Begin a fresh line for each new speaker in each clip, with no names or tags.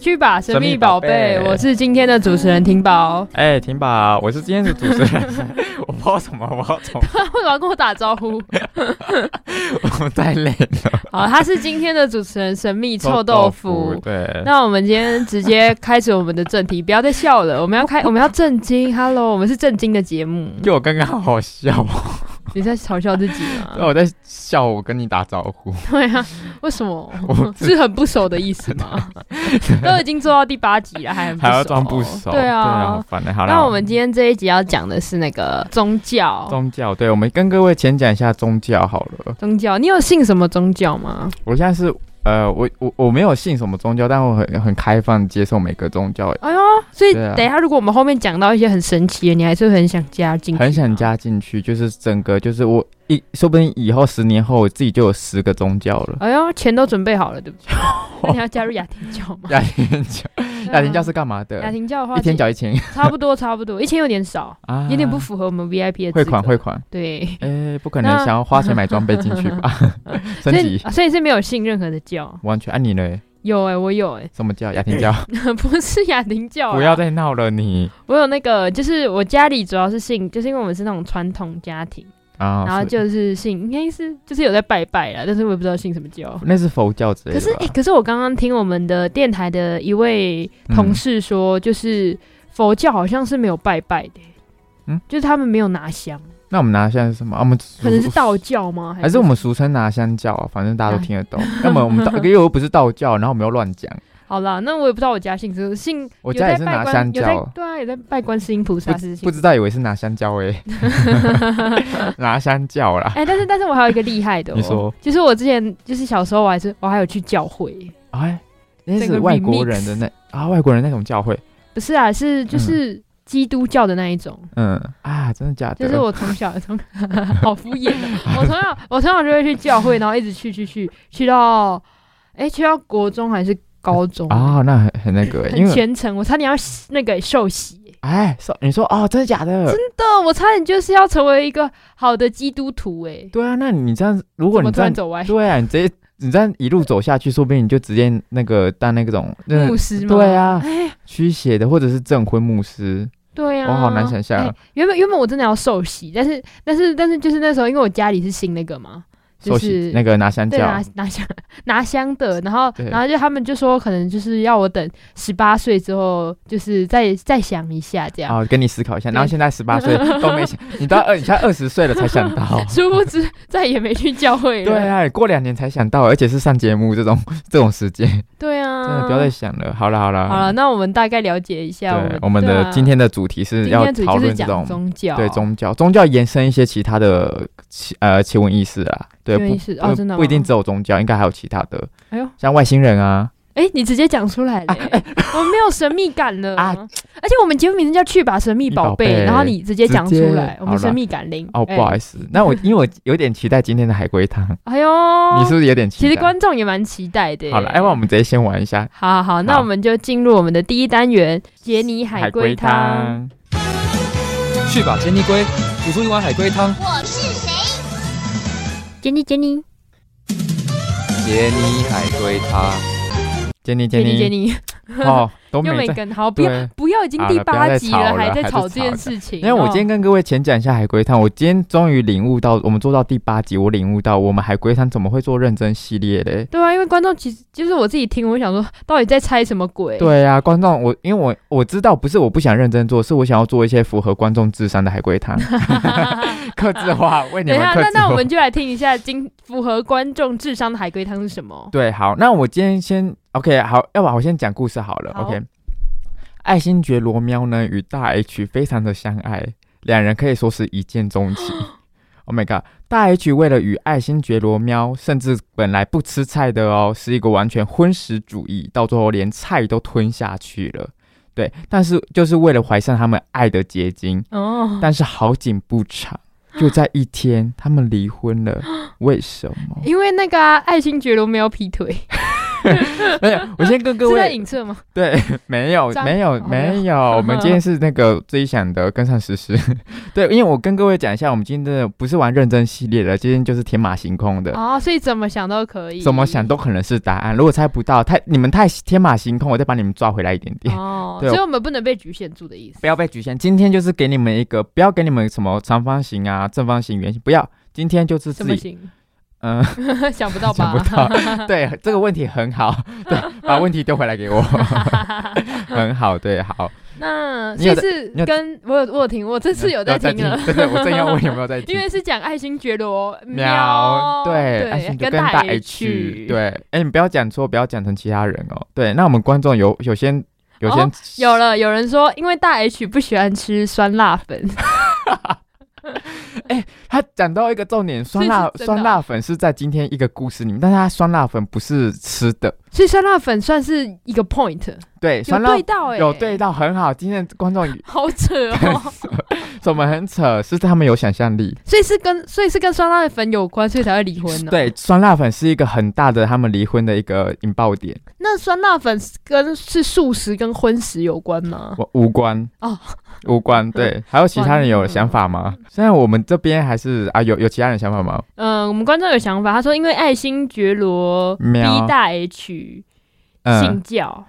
去吧，神秘宝贝
神秘宝！贝
我是今天的主持人婷宝。
哎、婷宝，我是今天的主持 人，我不知道什么，我要从
他为什么 要跟我打招呼？
我太累了。
好，他是今天的主持人神秘臭豆腐。
对，
那我们今天直接开始我们的正题，不要再笑了，我们要开， 我们要震惊。Hello，我们是震惊的节目。
就我刚刚好好笑哦，
你在嘲笑自己
对
吗？
我在笑，我跟你打招呼，
对啊，为什 么？是很不熟的意思 吗？都已经做到第八集了，还很不熟
还要装不熟，
对
好
啊。
烦欸的。好啦
那我们今天这一集要讲的是那个宗教。
宗教，对，我们跟各位浅讲一下宗教好了。
宗教，你有信什么宗教吗？
我现在是呃，我我我没有信什么宗教，但我很很开放接受每个宗教，
哎呦，所以
对啊
等一下，如果我们后面讲到一些很神奇的，你还是会很想加进去吗，
很想加进去，就是整个就是我一，说不定以后十年后我自己就有十个宗教了。
哎呦，钱都准备好了，对不 对？那你要加入雅婷教吗？
雅婷教，雅婷教是干嘛的？
哦对啊雅婷教的话，
一天缴一千
差不多，差不多，一千有点少，
啊
有点不符合我们 VIP 的
汇
资
款
格
汇款，
对，
哎、不可能
那
想要花钱买装备进去吧？
所
升
以
级
所以是没有信任何的教。
完全按、啊你呢？
有哎，我有哎，
什么叫雅婷教？
不是雅婷教啊，
不要再闹了你
我有那个，就是我家里主要是信，就是因为我们是那种传统家庭，
啊！
然后
是
就是信，应该是就是有在拜拜啦，但是我也不知道信什么教。
那是佛教之类
可
的
是，
吧
哎、可是我刚刚听我们的电台的一位同事说，就是佛教好像是没有拜拜的、嗯
嗯，
就是他们没有拿香，
那我们拿香是什么？啊、我们
可能是
俗
道教吗？
还是我们俗称拿香教啊？反正大家都听得 懂。要么我们道，因为我又不是道教，然后我们又乱讲。
好啦，那我也不知道我家姓什么姓，
我家也是拿香
有在拜观有
教
在，对啊，有在拜观世音菩萨是
不知道以为是拿香教 哎、拿香教啦。
哎、但是但是我还有一个厉害的、哦，
你说，
就是我之前就是小时候我还是我还有去教会，
哎，那
整
是
个
外国
remix
人的那啊，外国人那种教会，
不是啊，是就是基督教的那一种。
嗯啊，真的假的？
就是我从小从好敷衍哦，我从小我从小就会去教会，然后一直去去去去到，哎、去到国中还是高中，
啊、那很很那个欸，因
哦很
为
虔诚，我差点要那个受洗，
哎，说你说哦，真的假的？
的，我差点就是要成为一个好的基督徒哎、
对啊，那你这样，如
怎
果
么
你
突
这样
然，走歪？
对啊，你直接你这样一路走下去，说不定你就直接那个当那个种那
牧师吗？哎
对，啊，驱邪的或者是证婚牧师，
对
我、
啊，
好难想象
哎。原本原本我真的要受洗，但是但是但是就是那时候，因为我家里是信那个嘛，就
受洗
是
那个拿香
对，
教，
拿拿香拿香的，然后
对
然后就他们就说，可能就是要我等十八岁之后，就是再再想一下这样。
啊，跟你思考一下。
对。
然后现在十八岁都没想，你到二，你才二十岁了才想到
殊不知再也没去教会了。
对啊，过两年才想到，而且是上节目这种 这种时间，
对啊，
真的不要再想了。好了好了，
好了。那我们大概了解一下
对，我
们
们
对
的
啊
今天的主题
今
是
天
要
的主
讨
题就是
论这种
讲宗教，
对宗教，宗教延伸一些其他的奇呃奇闻异事啦，对，
奇闻
不
异事哦
不
真的吗
不一定只有宗教，应该还有其他的，
哎呦，
像外星人啊，
哎、你直接讲出来了、我们没有神秘感了
哎啊
而且我们节目名称叫“去吧神秘宝
神秘宝
贝”，
贝
然后你直接讲出
直
来
接，
我
好
们
啦
神秘感零。
哦，
哎
不好意思，那我因为我有点期待今天的海龟汤，
哎呦，
你是不是有点期
其
待？
实观众也蛮期待的。
好了，哎要不然我们直接先玩一下
好好好，那
好
我们就进入我们的第一单元——杰尼海龟汤。，
去吧，杰尼龟，煮出一碗海龟汤。
我是谁？
杰尼杰尼
杰尼海龟汤，
杰尼杰
杰尼杰
尼，
尼，
哦，都
又没
没在，
跟好，不要
对，
不要，已经
好
第
了不要
八
再
集
吵了
还在
还在
吵
吵
这件
了
事情。
因为我
哦
今天跟各位浅讲一下海龟汤，我今天终于领悟到，我们做到第八集，我领悟到我们海龟汤怎么会做认真系列嘞？
对啊，因为观众其实就是我自己听，我就想说到底在猜什么鬼？
对啊，观众，我因为我我知道不是我不想认真做，是我想要做一些符合观众智商的海龟 汤，克制化为你
等一
们
下，
克
啊那
制
那
化
我。们就来听一下今符合观众智商的海龟汤是什么？
对，好，那我今天先 OK，好，要不我先讲故事好了
好
o k 爱新觉罗喵呢与大 H 非常的相爱，两人可以说是一见钟 情。Oh my god！大 H 为了与爱新觉罗喵，甚至本来不吃菜的哦，是一个完全荤食主义，到最后连菜都吞下去了。对，但是就是为了怀上他们爱的结晶，
哦，
但是好景不长，就在一天， 他们离婚了。为什么？
因为那个啊爱新觉罗没有劈腿，
没有，我先跟各
是在
位
影射吗？
对，没有
脏
没有
哦没有
没有， 我们今天是那个自己想的跟上时事。对，因为我跟各位讲一下，我们今天真的不是玩认真系列的，今天就是天马行空的。
哦，所以怎么想都可以，
怎么想都可能是答案，如果猜不到，太你们太天马行空，我再把你们抓回来一点点，
哦，
对
所以我们不能被局限住的意思。
不要被局限。今天就是给你们一个，不要给你们什么长方形啊、正方形、圆形，不要。今天就是
什
自
么
己，
型？
嗯，
想不到
想
吧？
不到，对这个问题很好，对，把问题丢回来给我，很好，对，好。
那
你有
这
在
次
你有
跟我有我有听，我这次有在听了，
对对，我正要问有没 有在听
因。为是讲爱新觉罗
喵，对，爱
对，
情就
跟
跟
大
H，
H，
对，哎，你不要讲错，不要讲成其他人哦。对，那我们观众有有些有些
哦有了，有人说因为大 H 不喜欢吃酸辣粉，
他讲到一个重点，酸
是
辣
真的
酸辣粉是在今天一个故事里面，但是它酸辣粉不是吃的，
所以酸辣粉算是一个 point，
对，
有
酸辣
对到哎、
有对，到很好。今天观众
好扯哦，
怎么很扯？是他们有想象力。
所以是跟所以是跟酸辣粉有关，所以才会离婚呢、，
对，酸辣粉是一个很大的他们离婚的一个引爆点，
那酸辣粉是跟是素食跟荤食有关吗？
我无关
哦，
无 关。对，还有其他人有想法吗？虽然我们这边还是啊，有有其他人想法吗？
嗯、我们观众有想法，他说因为爱新觉罗逼
喵
大 H
嗯
信，教，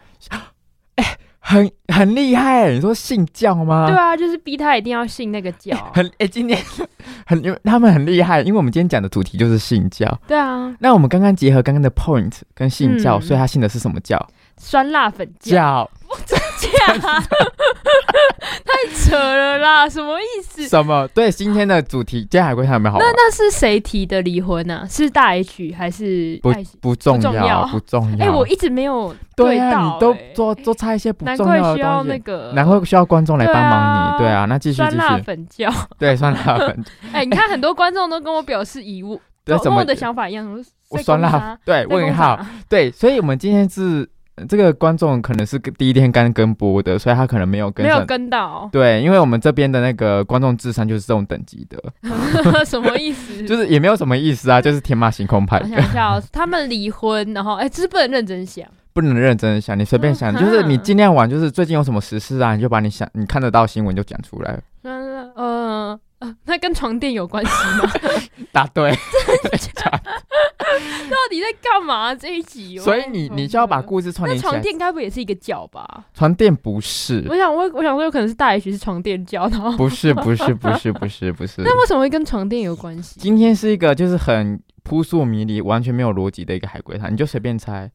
很很厉害。你说信教吗？
对啊，就是逼他一定要信那个教 啊，
很哎、今天很因为他们很厉害，因为我们今天讲的主题就是信教。
对啊，
那我们刚刚结合刚刚的 point 跟信教，
嗯
所以他信的是什么教？
酸辣粉 教
教
教，太扯了啦，什么意思？
什么？对，今天的主题，今天海龟汤有没有好玩？
那是谁提的离婚呢、啊？是大 H 还是爱情？
不重
不重要
不重要。
哎、我一直没有
对
到、欸
啊，你都做做猜一些不
难
重
怪
要
需
的
要
东
那
西。
个
难怪需要观众来帮忙你，
对啊
对啊，那继续
酸
继
辣
续，
粉教。
对，酸辣粉，
哎、你看很多观众都跟我表示疑问，
对啊
跟
什
我
么
的想法一样，我说
我
在
酸
攻
辣
啥，
对
在啊
问
攻
号，
啥
对，所以我们今天是呃这个观众可能是跟第一天刚跟播的，所以他可能没有
啊
跟
没有
上，
跟到，
对，因为我们这边的那个观众智商就是这种等级的，
嗯 什么意思？
就是也没有什么意思啊，就是天马行空派
我，想一下、哦，他们离婚，然后哎，这、是不能认真想，
不能认真地想，你随便
嗯
想，就是
啊
你尽量玩，就是最近有什么时事啊，你就把你想你看得到新闻就讲出来。
嗯呃呃，那跟床垫有关系 吗？
答 对，
到底在干嘛这一集？我
所以
太
你
疯
你就要把
了
故事
啊
串
那
联起
床
来。
垫该不会也是一个脚吧？
床垫不是，
我想我我想说有可能是大 H 是床垫胶，然后
不是，不是，不是，不是，不是。
那为什么会跟床垫有关系？
今天是一个就是很扑朔迷离、完全没有逻辑的一个海龟汤，你就随便 猜。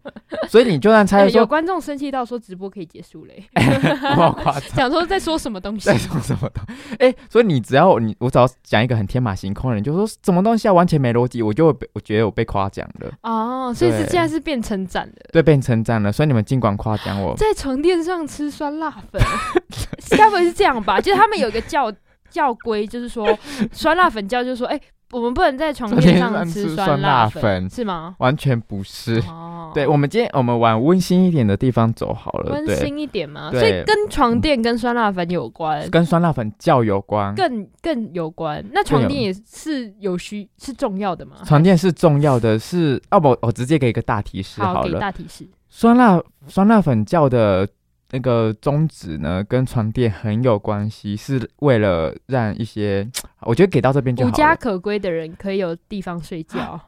所以你就算猜
哎有
说
观众生气到说直播可以结束 嘞，哎
那么夸张，
想说在说什么东西
在？说什么东西？哎、所以你只要你我只要讲一个很天马行空的人，就说什么东西啊，完全没逻辑，我就会被我觉得我被夸奖 了，
哦，所以是
对
现在是变成展的，
对，被称赞了。所以你们尽管夸奖我，
在床垫上吃酸辣粉， 该不会是这样吧？就是他们有一个教教规，就是说酸辣粉教，就是说，哎、我们不能在床垫上吃酸辣
床垫上吃酸辣粉
是吗？
完全不是。
哦，
对，，我们今天我们往温馨一点的地方走好了，
温
对，
馨一点嘛，
对
所以跟床垫跟酸辣粉有关，
跟酸辣粉较有关。
更更有关。那床
有
垫也是有需是重要的吗？
床垫是重要的是，要不我我直接给一个大提示
好，
好
给
了。
大提示。
酸辣酸辣粉教的那个宗旨呢，跟床垫很有关系，是为了让一些，我觉得给到这边就
无
好
家
了，
可归的人可以有地方睡 觉，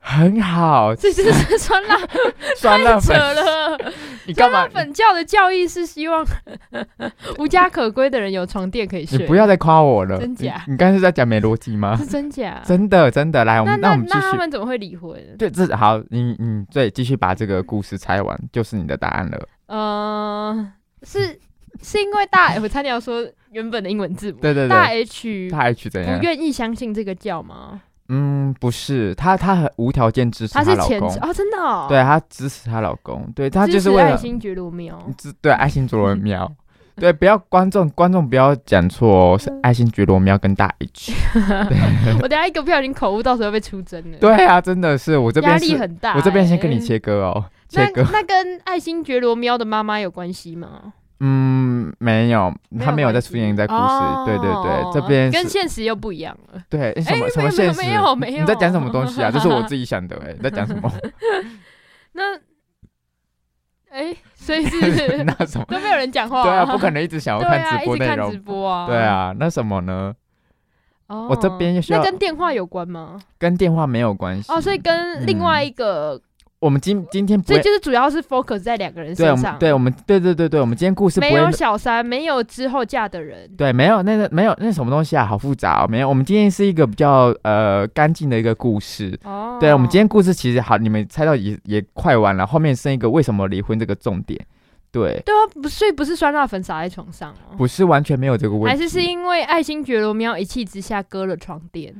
很
。
好
这这是酸 辣
酸辣
扯
粉，
了。
你干嘛？
本教的教义是希望 无家可归的人有床垫可以
你
睡，
不要再夸我了，
真假
你你刚才是在讲没逻辑吗
是？真假？
真的真的，来，我
那
们
那
我们继
那他
续。
们怎么会离婚？
对，这好，你你对，继续把这个故事拆完，就是你的答 案了。
嗯，是是因为大我差点要说原本的英文字母
对对
大
对，
H
他 H 怎样
不？愿意相信这个教吗？
嗯，不是，她她很无条件支持
他
她
是
老
前
公，
哦，真的哦，
对她支持她老公，对她
支
就
持
是为
爱
了
新觉罗密欧。
支对爱心觉 罗喵，对，不要观众观众不要讲错
嗯
哦，是爱心觉罗喵跟大 H。
我等一下一个不小心口误，到时候被出征了。，
对啊，真的是我这
压
边
力
是，
很大、
我这边先跟你
欸
切割哦，切
那
割。
那跟爱新觉罗喵的妈妈有关系吗？
嗯，没有，
没
他
有
没有
关
在
系
出现在故
哦
事，对对对，这边
跟
是
现实又不一样了。
对诶什
哎
么什
没有没
么
有
现实
没有没有
你在讲什么东西啊？这是我自己想的，哎，你在讲什么？
那哎、所以是
那什么？
都没有人讲话、哦
对啊，不可能一直想要
对
看
啊，
直
一
播
直
内
看直
容。
播啊，
对，啊，那什么呢？
哦
我这边需要
那跟电话有关吗？
跟电话没有关系
哦，所以跟另外一个，
嗯我们今今天不
所以
会，
就是主要是 focus 在两个人
对，我
身
们
上，
对我们对对对对，我们今天故事不
没
会
有小三，没有之后嫁的人，
对，没有那个没有那什么东西啊，好复杂、哦。没有，我们今天是一个比较呃干净的一个故事。
哦，
对，我们今天故事其实好，你们猜到也也快完了，后面剩一个为什么离婚这个重点。对，
对啊，不，所以不是酸辣粉撒在床上哦。
不是完全没有这个问
还
题，
是是因为爱新觉罗喵一气之下割了床垫，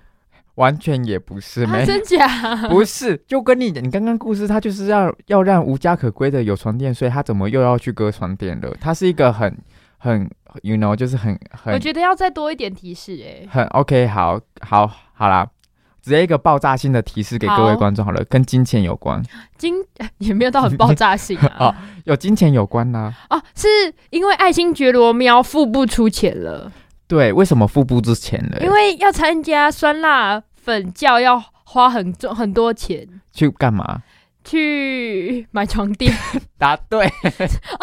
完全也不是没
啊、 真假？
不是，就跟你你刚刚故事，他就是要要让无家可归的有床垫，所以他怎么又要去割床垫了？他是一个很很，you know，就是很
我
很
觉得要再多一点提示哎、
很 OK，好好好啦，直接一个爆炸性的提示给各位
好
观众好了，跟金钱有关，
金也没有到很爆炸性 啊。
哦有金钱有关啦、
哦、是因为爱新觉罗喵付不出钱了，
对，为什么付不出钱了？
因为要参加酸辣粉教要花很重很多钱
去干嘛？
去买床 垫，因
答对，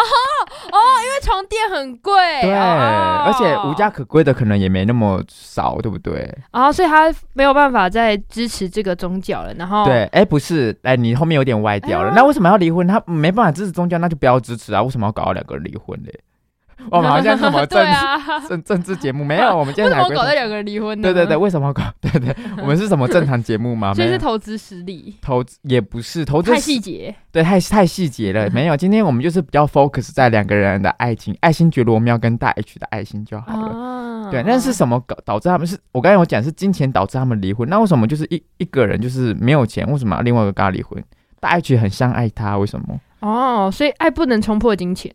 为床垫很贵。
对，
哦
而且无家可归的可能也没那么少，对不对？
然后哦所以他没有办法再支持这个宗教了。然后
对，哎，不是，哎，你后面有点歪掉了。
哦哎呦
那为什么要离婚？他没办法支持宗教，那就不要支持啊！为什么要搞到两个人离婚嘞？我哦们好像 什么政
对
治、
啊，
政政治节目没有，我们今
为
天
什
哪
么
个？
搞得两个人离婚呢？
对对对，，为什么要搞？ 对对，我们是什么正常节 目吗？
所
没
以是
有
投资实力。
投资也不是投资
太
是
细嗯节，
对，太太细节了。没有，今天我们就是比较 focus 在两个人的爱情，爱新觉罗喵跟大 H 的爱情就好了。
啊
对，那是什么搞导致他们是？我刚才有讲是金钱导致他们离婚，那为什么就是一一个人就是没有钱，为什么要另外一个跟他离婚？大 H 很相爱他，为什么？
哦，所以爱不能冲破金钱。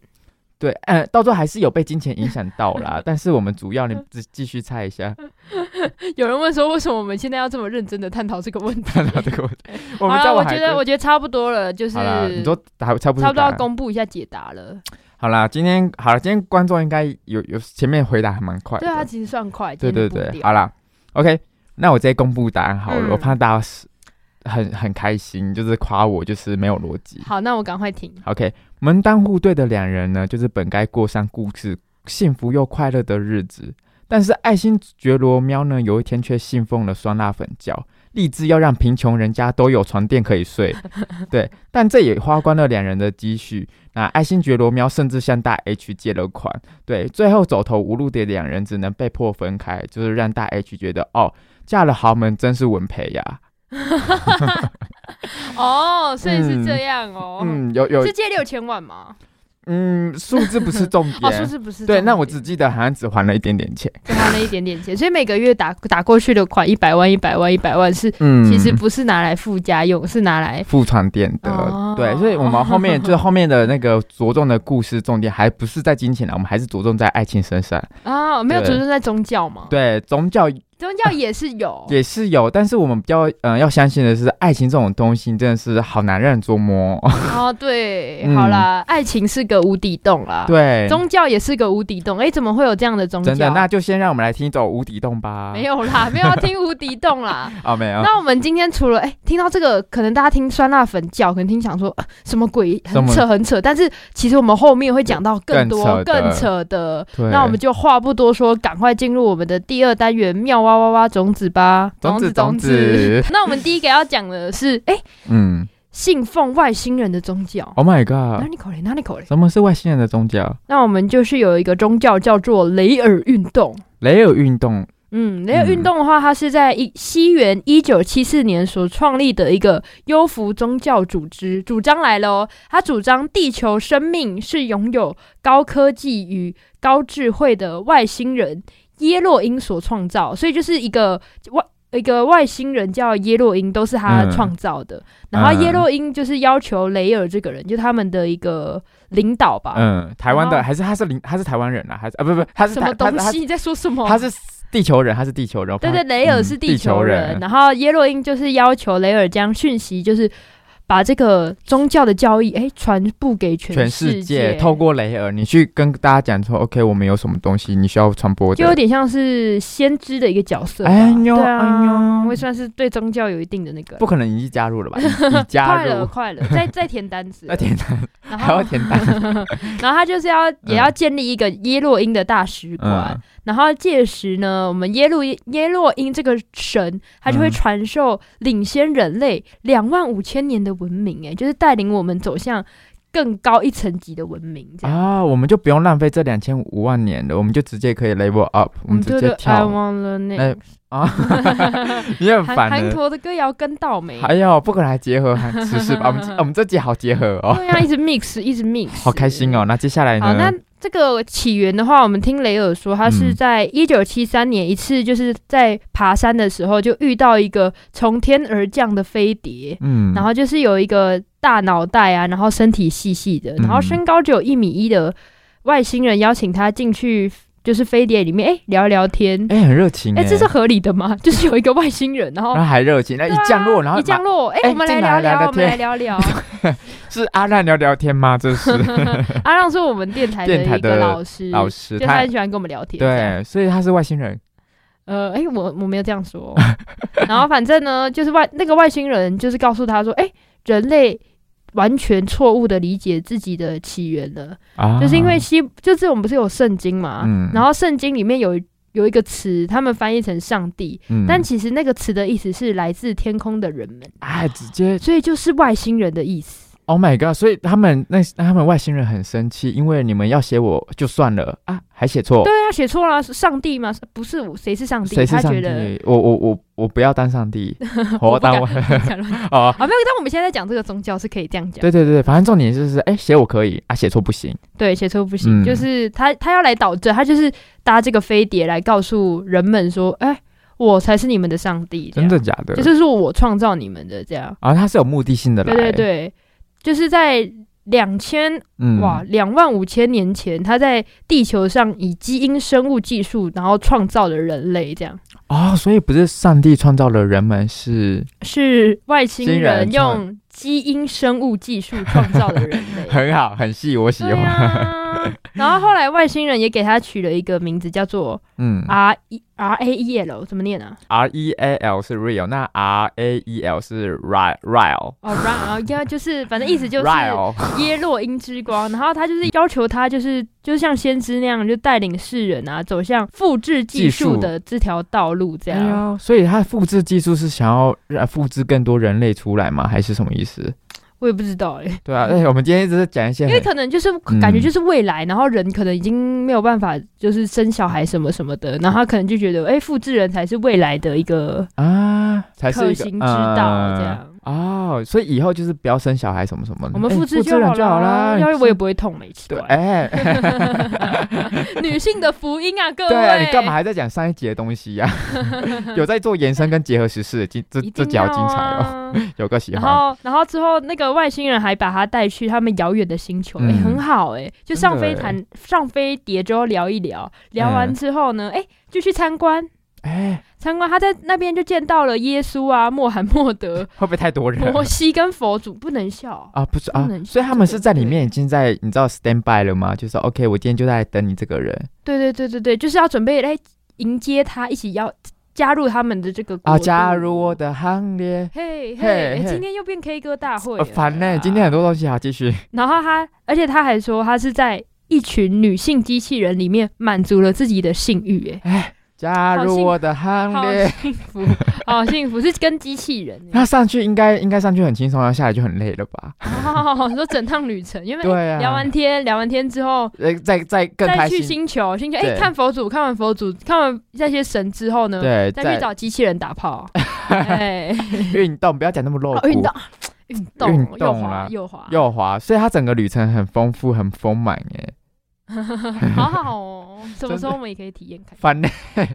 对，呃，到最后还是有被金钱影响到 啦。但是我们主要你继继续猜一下，
有人问说，为什么我们现在要这么认真的探讨这个问题？
看到这 个问题， 我
好
们
啦
在
我
海
觉得
龟
我觉得差不多了，就是
好啦，你说还差不多
差不多
答
要
案
公布一下解答了。
好啦，今天好了，今天观众应该有有前面回答还蛮快的，
对啊，其实算快，
对对啊
今天步
对，
调
好啦，OK，那我直接公布答案好了，
嗯
我怕大家是很很开心，就是夸我就是没有逻辑。
好，那我赶快停。
OK，门当户对的两人呢，就是本该过上固执、幸福又快乐的日子。但是爱新觉罗喵呢，有一天却信奉了酸辣粉教，立志要让贫穷人家都有床垫可 以睡。对，但这也花光了两人的积蓄。那爱新觉罗喵甚至向大 H 借了款。对，最后走投无路的两人只能被迫分开，就是让大 H 觉得哦，嫁了豪门真是稳赔呀。
哦，所以是这样哦，
嗯，有有
是，借六千万吗？
嗯，数字不是重
哦，
点。
数字不是
对，
重
那我
点
只记得好像只还了一点点钱。
就花了一点点钱，所以每个月打打过去的款一百万、一百万、一百万是
嗯
其实不是拿来附加用，是拿来
副床垫的，
哦
对，所以我们 后面就是后面的那个着重的故事重点，还不是在金钱了，我们还是着重在爱情身上。
啊，没有
对
着重在宗教嘛？，
对，宗教
宗教也是有，
也是有，但是我们比较嗯、呃要相信的是，爱情这种东西真的是好难让人捉摸。
哦，对，
嗯
好啦，爱情是个无底洞啦，，
对，
宗教也是个无底洞，哎，怎么会有这样的宗教？
真的，那就先让我们来听一首《无底洞》吧。
没有 啦，没有要听无底洞啦。
哦，没有，
那我们今天除了哎、听到这个，可能大家听酸辣粉叫，可能听想说、呃什么鬼，
什
很
么
扯很扯。但是其实我们后面会讲到更多
更扯的
更扯的。
对，
那我们就话不多说，赶快进入我们的第二单元“妙哇哇哇种子”吧。
种子种子，
那我们第一个要讲的是，哎、
嗯
信奉外星人的宗教。
，Oh
哪
my god，
里口嘞？哪里口嘞？
什么是外星人的宗教？
那我们就是有一个宗教叫做雷尔运动。
雷尔运动，
嗯，雷尔
嗯
运动的话，它是在一西元一九七四年所创立的一个优福宗教组织，主张来了哦，它主张地球生命是拥有高科技与高智慧的外星人耶洛因所创造，所以就是一个外。一个外星人叫耶洛因，都是他
嗯
创造的。然后耶
嗯
洛因就是要求雷尔这个人，就他们的一个领导吧。
嗯，台湾的
然后
还是他是邻他是台湾人啊，还是啊不不他是
哦什么
台他是
东
他
西？你在说什么？
他是地球人，他是地球人。
哦对对，
怕
雷尔
嗯
是
地
地
球
球人，
人
然后耶洛因就是要求雷尔将讯息就是把这个宗教的教义哎传播给全
全
世
世界透过雷尔，你去跟大家讲说，OK，我们有什么东西你需要传播
就有
的。
点像是先知的一个角色吧。
哎呦
对啊，
哎呦
会算是对宗教有一定的那个。
不啊可能已经加入 了吧？已已加
快了，
入，
快了，再再填单词
要。填单，
然
还
后
要，填单。
然后他就是要也要建立一个耶洛因的大使馆。
嗯
然后届时呢，我们耶路耶洛因这个神，他就会
嗯
传授领先人类两万五千年的文明，哎，就是带领我们走向更高一层级的文明，这样。
啊，我们就不用浪费这两千五万年了，我们就直接可以 level up，我们直
就
接
嗯 I
跳
want the name，
哎啊！ 你很
韩
烦
韩
的。
国的歌谣跟到没？
还有，不可能还结合韩时事吧？我 们这我们这集好结合哦，
对啊呀、一直 mix，一直 mix，
好开心哦。那接下来
好，那
呢？
这个起源的话，我们听雷尔说，他是
嗯
在一九七三年一次就是在爬山的时候，就遇到一个从天而降的飞碟，
嗯，
然后就是有一个大脑袋啊，然后身体细细的，
嗯
然后身高只有一米一的外星人邀请他进去，就是飞碟里面，哎、聊聊天，
哎，很热情
哎、
哎，
这是合理的吗？ 就是有一个外星人，然后
然。后还热情，那
对啊
一降落，然后
一降落，哎、
哎
我们来
进
聊
来
聊，
聊聊
我们来
天
聊 聊。
是阿烂聊聊天吗？这 是
阿让是我们电台的
电台
一个
的
老师，
老师
就他
他
很喜欢跟我们聊天。这样
对，所以他是外星人。
呃，哎、我我没有这样说哦。 然后反正呢，就是外那个外星人就是告诉他说，哎、人类完全错误的理解自己的起源了，
啊，
就是因为西，就是我们不是有圣经嘛，
嗯
然后圣经里面有有一个词，他们翻译成上帝，
嗯
但其实那个词的意思是来自天空的人们，
哎，直接
所以就是外星人的意思。
Oh my god！所以他们那他们外星人很生气，因为你们要写我就算了啊，还写错
对，啊，写错了啊，是上帝吗？不是我，谁是上帝？
谁是
他
上
觉得
帝？我我我我不要当 上帝，
我
我
不敢
当我
讲乱讲
哦，
啊，没有。但我们现在在讲这个宗教是可以这样讲。
对对对，反正重点就是哎，写我可以啊，写错不行。
对，写错不行，
嗯
就是他他要来导正，他就是搭这个飞碟来告诉人们说，哎、我才是你们的上帝，这样
真的假的？
就是说我创造你们的这样，
啊，他是有目的性的来，
对对，对，就是在两千、
嗯，
哇两万五千年前，他在地球上以基因生物技术，然后创造了人类，这样
哦，所以不是上帝创造了人们，是
是外星
星
人
人创
用基因生物技术创造的人 类，
很好，很细，我喜
对
欢，
啊。然后后来外星人也给他取了一个名字，叫做。
嗯
R E R A E L 怎么念啊？
，R E A L 是 real，那 R A E L 是 ri- rial
哦 r a 应该就是反正意 思就是
rial，
耶洛因之光。然后他就是要求他就是就像先知那样，就带领世人啊走向复制技术的这条道路这
哎
样。
呦，所以他复制技术是想要让复制更多人类出来吗？还是什么意思？
我也不知道哎、
对啊，哎，我们今天一直在讲一些
因
很
为可能就是感觉就是未来，然后人可能已经没有办法就是生小孩什么什么的，然后他可能就觉得哎、复制人才是未来的一个
啊，才是
可
一个
行之道这。
嗯
样。
哦，所以以后就是不要生小孩什么什么的，
我们
哎
复制就
人
好
就好啦。
要
你
是我也不会痛，没奇
对，
怪。
哎，
女性的福音啊，各位。
对啊，你干嘛还在讲上一节的东 西呀？有在做延伸跟结合时事，今这
一
这
定
集
要
好精彩哦，
啊
有个喜
然
欢。
后，然后之后那个外星人还把他带去他们遥远的星球，哎、
嗯
很好哎、就
真
上
的
飞
欸
谈上飞碟之后聊一聊，聊完
嗯
之后呢，哎、就去参观。
哎，
参观，他在那边就见到了耶稣啊、穆罕默德、
会不会太多人？
摩西跟佛祖，不能笑。
啊，不是
不
啊
能，
所以他们
这
是
个
在里
对
面已经在你知道 stand by 了吗？就是说 OK，我今天就在等你这个人
对对对对对，就是要准备来迎接他，一起要加入他们的这个国
啊，
度
加入我。的行列。
嘿嘿，
嘿
哎
嘿
今天又变 K 歌大会
呃
了，啊
烦呢，今天很多东西好继续。
然后他，而且他还说他是在一群女性机器人里面满足了自己的性欲，哎，
加
好幸
入我的行
好
列。
幸福， 好幸福，是跟机器人 哎。
那上去应该应该上去很轻松，然后下来就很累了吧？
哦，说整趟旅程，因为哎
对啊
聊完天，聊完天之后。
呃，再再更
再
开
去
心。
星球，星球哎、
对
看佛祖，看完佛祖，看完那些神之后呢，
对，
再去
再
找机器人打炮， 哎、
运动，不要讲那么露
哦
骨。
运动，运动，
运动
右滑
啦，
右滑，
右滑，所以他整个旅程很丰富，很丰满欸耶。
好好哦，什么时
真
候
的
我们也可以体验看看。
烦呢，欸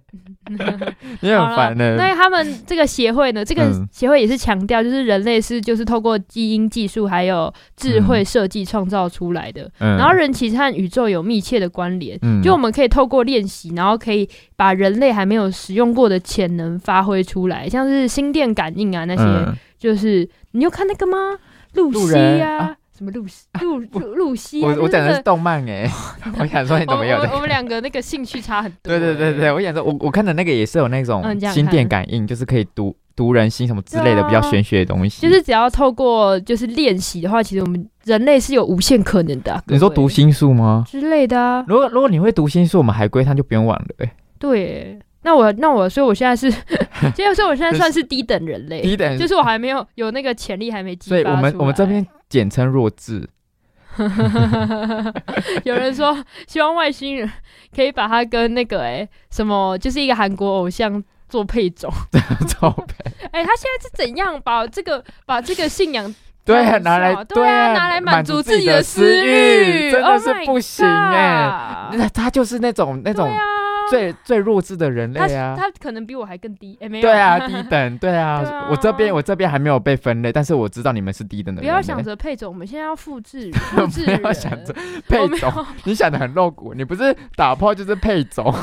你很
好了
烦欸呢。
那他们这个协会呢，这个
嗯
协会也是强调，就是人类是就是透过基因技术还有智慧设计创造出来的。
嗯
然后人其实和宇宙有密切的关联，
嗯
就我们可以透过练习，然后可以把人类还没有使用过的潜能发挥出来，像是心电感应啊那些，
嗯
就是你有看那个吗？露
路
西
人
呀、
啊
什么露西露露露西、啊，
我
就
我
是
讲
那
的
个
是动漫哎、 我想说你怎么有
我
的
我？我们两个那个兴趣差很多。
对对对对，，我想说，我我看的那个也是有那种
嗯这样
心电
看
感应，就是可以读读人心什么之类
对
的
啊
比较玄学的东西。
就是只要透过就是练习的话，其实我们人类是有无限可能的啊、
你说
各位
读心术吗？
之类的啊，
如果如果你会读心术，我们海龟汤就不用玩了、欸。
对。那我那我，所以我现在 是，所以所以我现在算是低等人类，
第一等，
就是我还没有有那个潜力，还没激发
所以我们
出来
我们这边简称弱智。
有人说希望外星人可以把他跟那个哎、什么，就是一个韩国偶像做配种。
照片
哎、他现在是怎样把这个把这个信仰
对啊，
很
拿来
少对啊拿来满
满
足自
自
己的
的
私欲
欲，真的
Oh
是
my
不行哎、
God
那他就是那种那种
对啊，
最、最弱智的人类
他
啊。
他可能比我还更低，哎、没有，
对啊，低等，对 啊，
对啊
我这边我这边还没有被分类，但是我知道你们是低等的
不
人类。
要想着配种，我们现在要复 制复制人，
不要想着
我
配
没有
种，你想的很露骨，你不是打炮就是配 种，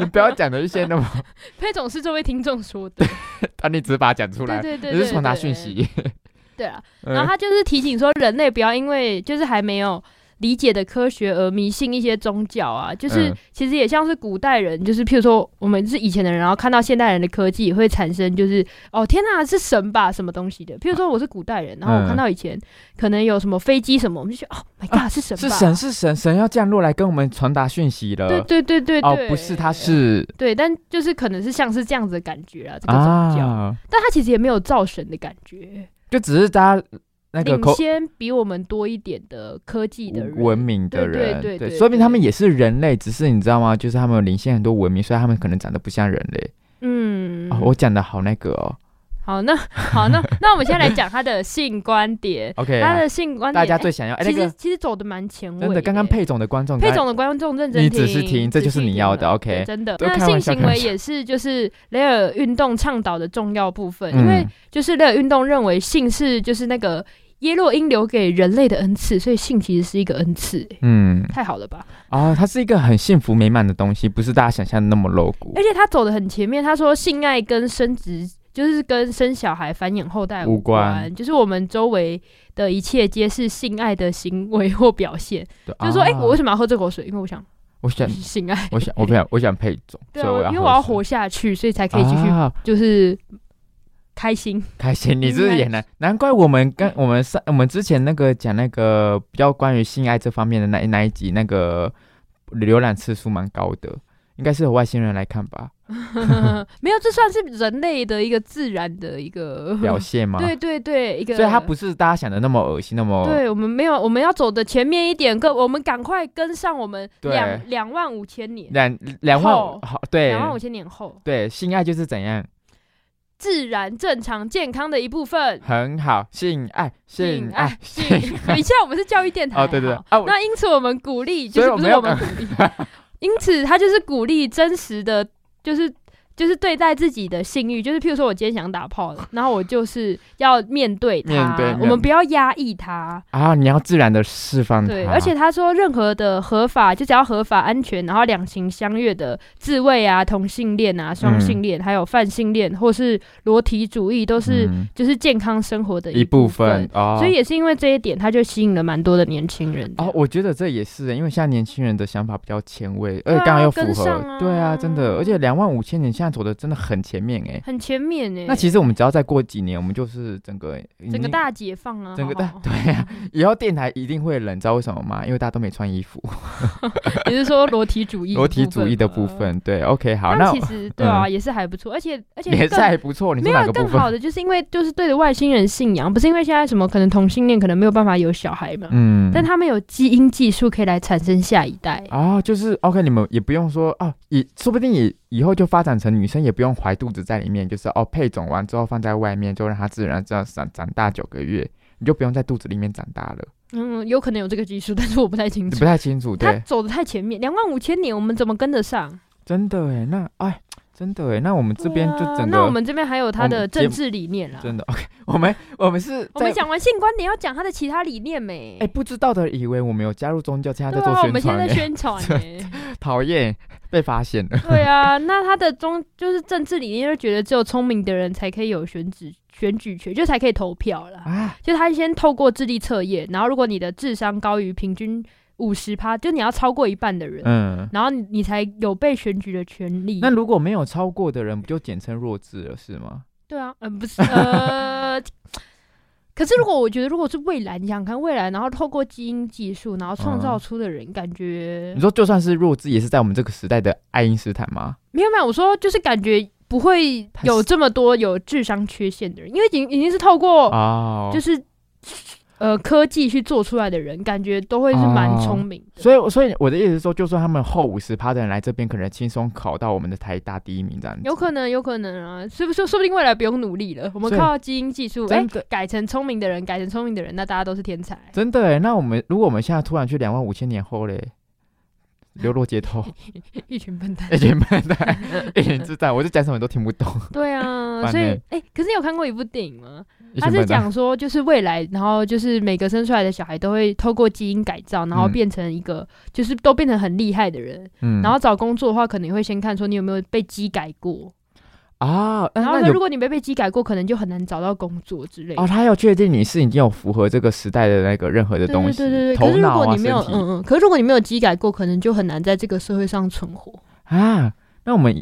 你不要讲的一些那么，
配种是这位听众说的，
但你只是把它讲出
对
来，
对对，
你
对
是传达
对
讯息。
对啊。
嗯
然后他就是提醒说，人类不要因为就是还没有理解的科学而迷信一些宗教啊，就是
嗯
其实也像是古代人，就是譬如说我们是以前的人，然后看到现代人的科技，也会产生就是哦天哪是神吧什么东西的。譬如说我是古代人，然后
嗯
我看到以前可能有什么飞机什么，我们就觉得哦 my god 是神吧，
是神是神，神要降落来跟我们传达讯息了。
对对对对对，
哦，不是，他是
对，但就是可能是像是这样子的感觉啊，这个宗教，
啊，
但他其实也没有造神的感觉，
就只是大家那个
领
口
先比我们多一点的科技的人
文明的
对对
人，
对对
说明他
对
们也是人类，只是你知道吗？就是他们有领先很多文明，所以他们可能长得不像人类。
嗯，
哦，我讲的好那个哦
好，那好，那那我们现在来讲他的性观 点，
，OK，
他
啊
的性观点，
大家最想要哎
其
那
实、
个
其实走的蛮前卫的耶，
真的，刚刚配种的观众，
配种的观众认真
你只是
听，
听这就是
仔细
你要的
了
OK
对真的。
都
那
开
性
玩笑
行
开玩
为
笑
也是就是雷尔运动倡导的重要部分，
嗯
因为就是雷尔运动认为性是就是那个耶洛因留给人类的恩赐，所以性其实是一个恩赐。哎
嗯，
太好了吧！
哦，它是一个很幸福美满的东西，不是大家想象的那么露骨
而。且他走的很前面，他说性爱跟生殖就是跟生小孩、繁衍后代
无
关，
关
就是我们周围的一切皆是性爱的行为或表现。就是说，哎、我为
我
什么要喝这口水？因为我想
啊 我想，
性爱，
我想，我不想，我想配种，
对
所
啊，
以要
因为我要
喝水
活下去，所以才可以继续
啊
就是开心。
开心，你是不
应该
是也难？难怪我们跟我们上我们之前那个讲那个比较关于性爱这方面的那那一集，那个浏览次数蛮高的，应该是有外星人来 看吧？
没有，这算是人类的一个自然的一个
表现吗？
对对对，一个。
所以它不是大家想的那么恶心，那么
对我们没有，我们要走的前面一点，各我们赶快跟上我们
对
两两万五千年，
两两万
后
好对
两万五千年后，
对，性爱就是怎样
自然、正常、健康的一部 分。
很好，性爱性爱
爱，性。以前我们是教育电台，
哦对对对
好
啊我
那因此我们鼓励，就
所以
是
我
不是
们要
我们鼓励， 因此他就是鼓励真实的，就是。就是对待自己的性欲，就是譬如说，我今天想打炮了，然后我就是要面对它，
面对面
我们不要压抑它。
啊，你要自然的释放它，
对，而且他说，任何的合法，就只要合法、安全，然后两情相悦的自慰啊、同性恋啊、
嗯
双性恋，还有泛性恋或是裸体主义，都是
嗯
就是健康生活的
一
部
部分哦，
所以也是因为这一点，他就吸引了蛮多的年轻人。
哦，我觉得这也是，因为现在年轻人的想法比较前卫，而
对
且
啊
刚刚又符
跟
合，
上啊
对啊，真的，而且两万五千年现在走的真的很前面哎、
很全面呢、
那其实我们只要再过几年，我们就是整个已
整个
经
大解放啊，
整
好
个大
不好
对啊，以后电台一定会冷，你知道为什么吗？因为大家都没穿衣服，
你是说裸体主义？
裸体主义的部。分。对，OK，好，
啊嗯那
那嗯
其实对啊，也是还不错，而且而且
也是
更
还不错。你
没
是哪
有
个部
更
分？
好的，就是因为就是对着外星人信仰，不是因为现在什么可能同性恋可能没有办法有小孩嘛，
嗯，
但他们有基因技术可以来产生下一代。
啊，就是 OK，你们也不用说啊，以说不定以以后就发展成女生也不用怀肚子在里面，就是哦配种完之后放在外面，就让它自然这样长长大九个月，你就不用在肚子里面长大了。
嗯，有可能有这个技术，但是我不太清
你
楚
不。太清楚，
他
对，
走的太前面，两万五千年，我们怎么跟得上？
真的哎，那哎，真的哎，那我们这边就
对啊
整个、
那我们这边还有他
我们
的
节
政
目
治理念啦。
真的 OK，我们哦我们是
啊我们
在
讲完性观点，要讲他的其他理念没？
哎不知道的以为我们有加入宗教，现在
对
在做
啊，我
宣
们现
传
在
哎，
宣传呢。
讨厌被发现了。
对啊，那他的中就是政治理念，就觉得只有聪明的人才可以有选举选举权，就才可以投票啦。
啊，
就他先透过智力测验，然后如果你的智商高于平均五十趴，就你要超过一半的人，
嗯，
然后你你才有被选举的权利。
那如果没有超过的人，不就简称弱智了是吗？
对啊，嗯、不 是呃。可是，如果我觉得，如果是未来，你想看未来，然后透过基因技术，然后创造
嗯
出的人，感觉
你说就算是弱智，也是在我们这个时代的爱因斯坦吗？
没有没有，我说就是感觉不会
他
有
是
这么多有智商缺陷的人，因为已经已经是透过
哦，
就是、呃科技去做出来的人，感觉都会是蛮
哦
聪明的。
所以，所以我的意思是说，就算他们后五十趴的人来这边，可能轻松考到我们的台大第一名这样子。
有可能，有可能啊，是不是？说不定未来不用努力了，我们
所以
靠基因技术，哎、
真的
改成聪明的人，改成聪明的人，那大家都是天才。
真的哎，那我们如果我们现在突然去两万五千年后嘞，流落街 头，
一群笨蛋。
一群笨蛋，一群智障，我就讲什么都听不懂。
对啊，
烦
所以
欸
哎、可是你有看过一部电影吗？
一
他
群
是
笨蛋，
讲说，就是未来，然后就是每个生出来的小孩都会透过基因改造，然后
嗯
变成一个，就是都变成很厉害的人。
嗯
然后找工作的话，可能会先看说你有没有被基改过。
啊，
然
然
后
后
说如
有
果你没被基改过，可能就很难找到工作之类的。
哦，他要确定你是已经有符合这个时代的那个任何的
对
东
对
西，
对对对，可
头
是如
脑
果
啊，
你没
身
有，
体、
嗯嗯，可是如果你没有基改过，可能就很难在这个社会上存活。
啊。那我们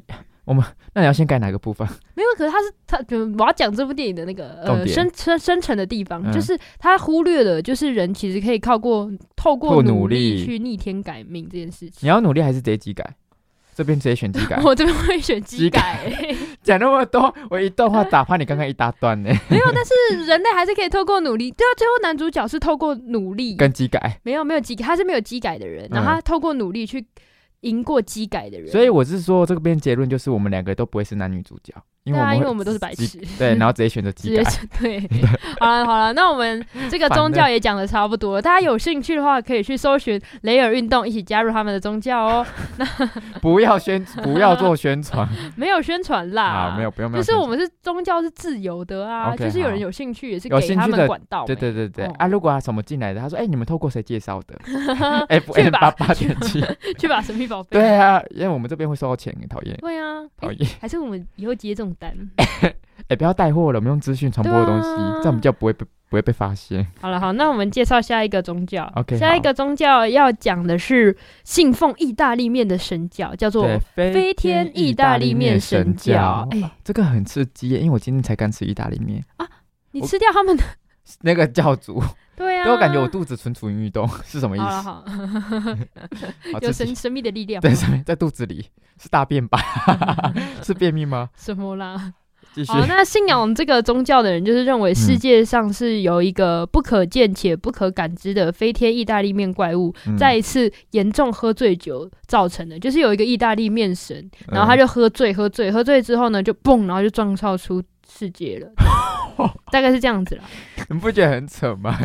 我们那你要先改哪个部分？
没有，可是他是他，就我要讲这部电影的那个
重
呃
点
深深深层的地方，
嗯
就是他忽略了，就是人其实可以靠过透
透
过
努
努力
力
去逆天改命这件事情。。
你要努力还是直接机改？这边直接选机改
我这边会选基
基改
改，
讲那么多，我一段话打趴你刚刚一大 段呢，
没有，但 是人类还是可以透过努力。对啊，最后男主角是透过努力，
跟机改。
没有没有基，他是没有基改的人，然后他透过努力去赢过基改的人。
所以我是说，这边结论就是我们两个都不会是男女主角，
对
因为我
啊，
们
因
会
为我们都是白痴，
对，然后直接选择
直
机
接
改。
对。好了好了，那我们这 个
烦
宗
了
教也讲的差不多了，大家有兴趣的话可以去搜寻雷尔运动，一起加入他们的宗教哦。
不要宣，不要做 宣传
没有宣传啦，
啊！没有，。不用，没
就
有宣
是
传。
我们是宗教是自由的啊
OK，
就是有人
好
有兴趣也是
有
给
兴
他
趣
们
的
管道嘛。
对对对对
哦
啊！如果啊什么进来的，他说：“哎，你们透过谁介绍 的？”F
去
N
吧
八八全 七。
去吧，神秘宝贝。
对啊，因为我们这边会收到钱，讨厌
对啊，哎
讨厌。
还是我们以后接这种单。
哎，不要带货了，我们用资讯传播的东西
对啊，
这样比较不会被不会被发现。
好了，好，那我们介绍下一个宗教。
OK，
下一个宗教要讲的是信奉意大利面的神教，叫做
对，
飞天意大利面神教。哎、
这个很刺激耶，因为我今天才刚吃意大利面，
你
我
吃掉他们的？
那个教主，
对啊，
但我感 觉我肚子蠢蠢欲动， 是什么意
好了
思？
好，
好
有
刺
神
激
神秘的力量吗
在上面，在肚子里是大便吧？ 是便秘吗？
什么啦？
继 续
好，哦那信仰这个宗教的人，就是
嗯
认为世界上是有一个不可见且不可感知的飞天意大利面怪物，
嗯
在一次严重喝醉酒造成的，就是有一个意大利面神，
嗯
然后他就喝醉，喝醉，喝醉之后呢，就蹦，然后就撞到出世界了， 大概是这样子啦。
嗯你不觉得很扯 吗？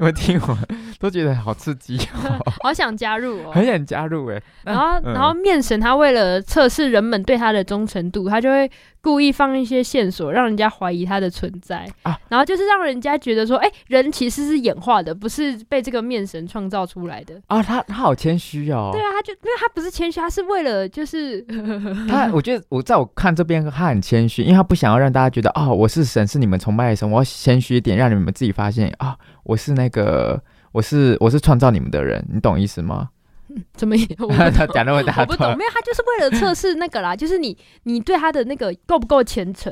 我听完都觉得好刺激哦，
好想加入哦。
很想加入哎。
然后，
嗯
然后面神他为了测试人们对他的忠诚度，他就会故意放一些线索，让人家怀疑他的存在。
啊
然后就是让人家觉得说，哎，人其实是演化的，不是被这个面神创造出来的。
啊，他他好谦虚哦
对，啊，他就因为他不是谦虚，他是为了就是 嗯
他我觉得我在我看这边他很谦虚，因为他不想要让大家觉得哦我是神是你们崇拜的神，我要谦虚一点，让你们自己发现啊、我是那个我是我是创造你们的人，你懂意思吗？
怎么也我不
他讲那么大
哦我不懂，
段，
没有，他就是为了测试那个啦， 就是你你对他的那个够不够虔诚，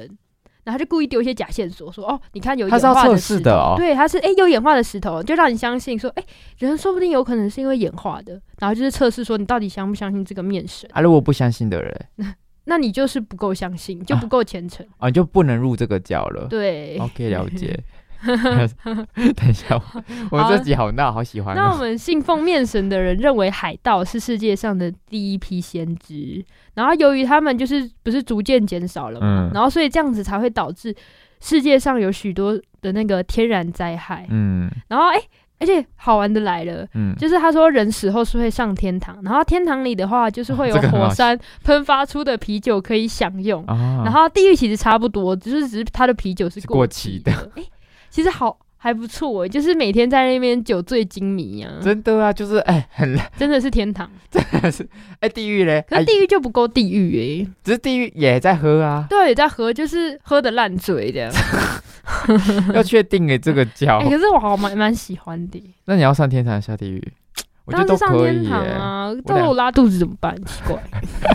然后他就故意丢一些假线索，说哦，你看有
他
演
是要
化
测
石
试
头，
的哦。
对，他是哎、有演化的石头，就让你相信说，哎、人说不定有可能是因为演化的，然后就是测试说你到底相不相信这个面神，
啊，如果不相信的人
那你就是不够相 信，就不够虔诚，
啊，你就不能入这个教了。
对。
OK，了 解。等一下，我们这集好闹，好喜欢、
那我
哦。
们信奉面神的人认为海盗是世界上的第一批先知，然后由于他们就是不是逐渐减少了嘛，
嗯
然后所以这样子才会导致世界上有许多的那个天然灾害。
嗯
然后哎、而且好玩的来了，
嗯，
就是他说人死后是会上天堂，然后天堂里的话就是会有
哦这个很好
火山喷发出的啤酒可以享用，
啊，
然后地狱其实差不多，只是只是他的啤酒是
是
过
过
期
期
的。哎、其实好。还不错欸，就是每天在那边酒醉金迷啊，
真的啊，就是哎、 很累，
真的是天堂。
哎、地狱嘞，
可是
哎
地狱就不够地狱诶、
只是地狱也在喝 啊，
对，在喝就是喝的烂醉这样。
要确定哎，这个叫
哎、，可是我好蛮蛮喜欢的耶，
那你要上天堂还是下地 狱？我觉
当
得
然是
都
上
可
天
以耶、
堂啊，但
俩
是我拉肚子怎么办？奇怪。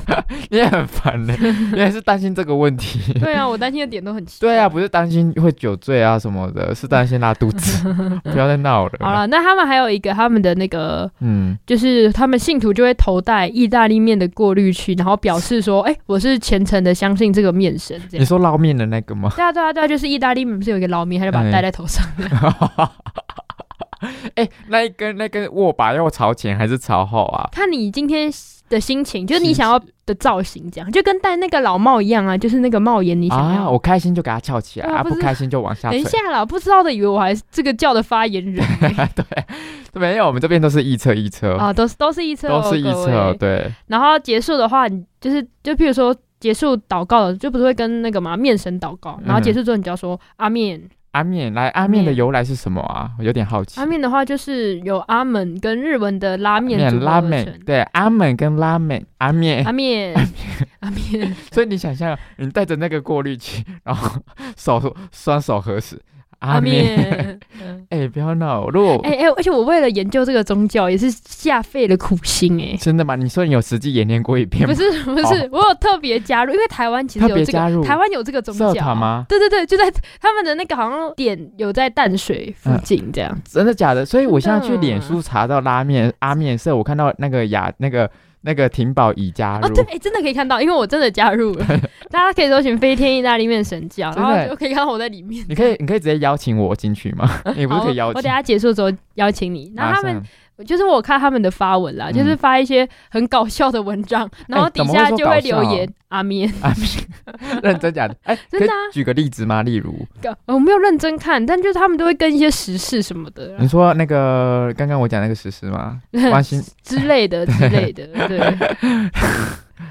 你也很烦嘞、你还是担心这个问题。
对啊，我担心的点都很奇怪。
对啊，不是担心会酒醉啊什么的，是担心拉肚 子。不要再闹了。
好了，那他们还有一个他们的那个，
嗯，
就是他们信徒就会头戴意大利面的过滤器，然后表示说：“哎、我是虔诚的相信这个面神。”这
你
样。
说捞面的那个吗？
对啊，对啊，对啊，就是意大利面不是有一个捞面，他就把它戴在头上。
哎、那一根那根握把要朝前还是朝后啊？
看你今天的心情，就是你
心情
想要的造型，这样就跟戴那个老帽一样啊，就是那个帽檐你想
啊，
要。
我开心就给它翘起来，
对啊
啊
不
不
是
开心就往下
等
垂
一。下啦，不知道的以为我还是这个教的发言 人欸
没有，我们这边都是一车一车，
啊，都是都是一车、哦，
都是一
各
车
位。
对，
然后结束的话，你就是就譬如说结束祷告了，就不是会跟那个嘛面神祷告，然后
嗯
结束之后你就要说阿面。
阿面来，阿面的由来是什么啊？我有点好奇。
拉面的话就是有阿门跟日文的拉面组合
拉
而
面
成，
对，阿门跟拉面，阿面。
阿 面阿面，
所以你想象，你带着那个过滤器，然后手双手合十，阿
阿
面。
面。嗯
哎、不要闹！如果、
哎哎，而且我为了研究这个宗教也是下费了苦心哎。
真的吗？你说你有实际演练过一遍
不
吗？
是不是，我有特别加入，因为台湾其实
哦特
有
别
这
加入
个，台湾有这个宗
社
教啊
团吗
对对对，就在他们的那个好像点有在淡水附
嗯
近这样。
真的假的？所以我现在去
真的
脸书查到拉面阿面社，我看到那个雅那个那个婷宝已加入，
哦，对，哎，真的可以看到，因为我真的加入了， 大家可以搜寻飞天意大利面神教，然
真
后
的
就可以看到我在里面。
你可以你可以直接邀请我进去吗？ 你不是
好，
可以
哦
邀
我
请
等？下结束之后邀请你。然后
马
他
上
们就是我看他们的发文啦，
嗯哎
就是发一些很搞笑的文章，然后底下就会留言、阿 面。
阿面，认真假的？哎、可
真
以
的啊嗯
举个例子吗？例如
哦我没有认真看，但就是他们都会跟一些时事什么的
你说那个刚刚我讲那个实施 吗？关心
之类 的之类的。对，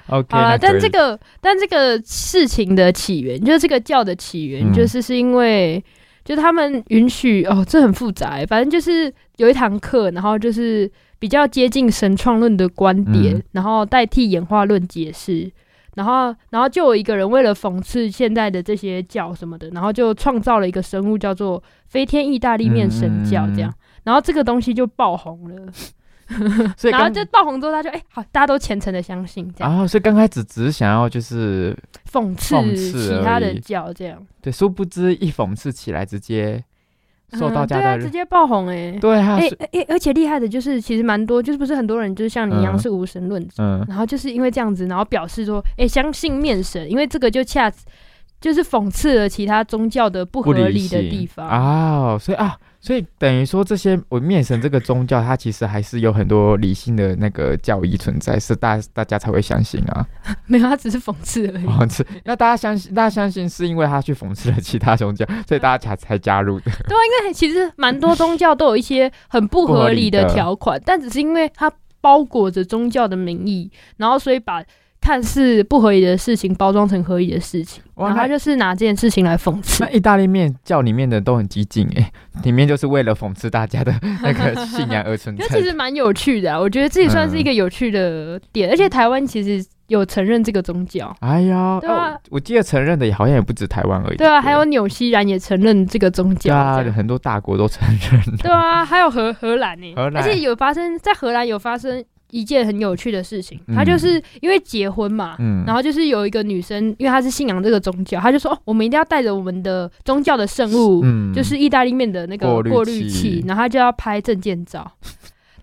OK，
好
那
了，啊但
可以
这个但这个事情的起源，就是这个教的起源，
嗯
就是是因为。就是他们允许哦，这很复杂欸。反正就是有一堂课，然后就是比较接近神创论的观点，
嗯
然后代替演化论解释。然后，然后就有一个人为了讽刺现在的这些教什么的，然后就创造了一个生物叫做飞天意大利面神教这样。
嗯
然后这个东西就爆红了，
所以
然后
刚
就爆红之后，他就哎、好，大家都虔诚的相信这样。
然啊后所以刚开始只是想要就是
讽刺
讽刺
其他
而
的
已
教这样，
对，殊不知一讽刺起来，直接受
嗯
到家
对啊，
的、
直接爆红哎、欸。
对啊，
哎
是
哎、而且厉害的就是，其实蛮多，就是不是很多人就是像你一样
嗯
是无神论者，
嗯，
然后就是因为这样子，然后表示说，哎、相信面神，因为这个就恰就是讽刺了其他宗教的不合理的
性
地方。
啊、所以啊，所以等于说这些我面神这个宗教，它其实还是有很多理性的那个教义存在，是大大家才会相信啊。
没有，他只是讽刺而已。
哦，是那大家相信，大家相信是因为他去讽刺了其他宗教，所以大家才才加入的。
因为其实蛮多宗教都有一些很不合理的条款，但只是因为它包裹着宗教的名义，然后所以把看似不合理的事情包装成合理的事情，
哇
然后他
那
就是拿这件事情来讽刺
那。意大利面教里面的都很激进诶、 里面就是为了讽刺大家的 那个信仰而存
那
在
其
的。
实蛮有趣的、啊，我觉得这也算
嗯
是一个有趣的点，而且台湾其实有承认这个宗教。
哎呀，
对啊
哦我记得承认的也好像也不止台湾而已。
对啊，还有纽西兰也承认这个宗
对
教，
啊，
这样
很多大国都承认的。
对啊，还有荷荷兰呢、
荷兰
而且有发生在荷兰有发生一件很有趣的事情，
嗯
他就是因为结婚嘛，
嗯，
啊然后就是有一个女生，因为她是信仰这个宗教，她就说、哦、我们一定要带着我们的宗教的圣物，
嗯
就是意大利面的那个
过滤器
过滤器，然后她就要拍证件 照，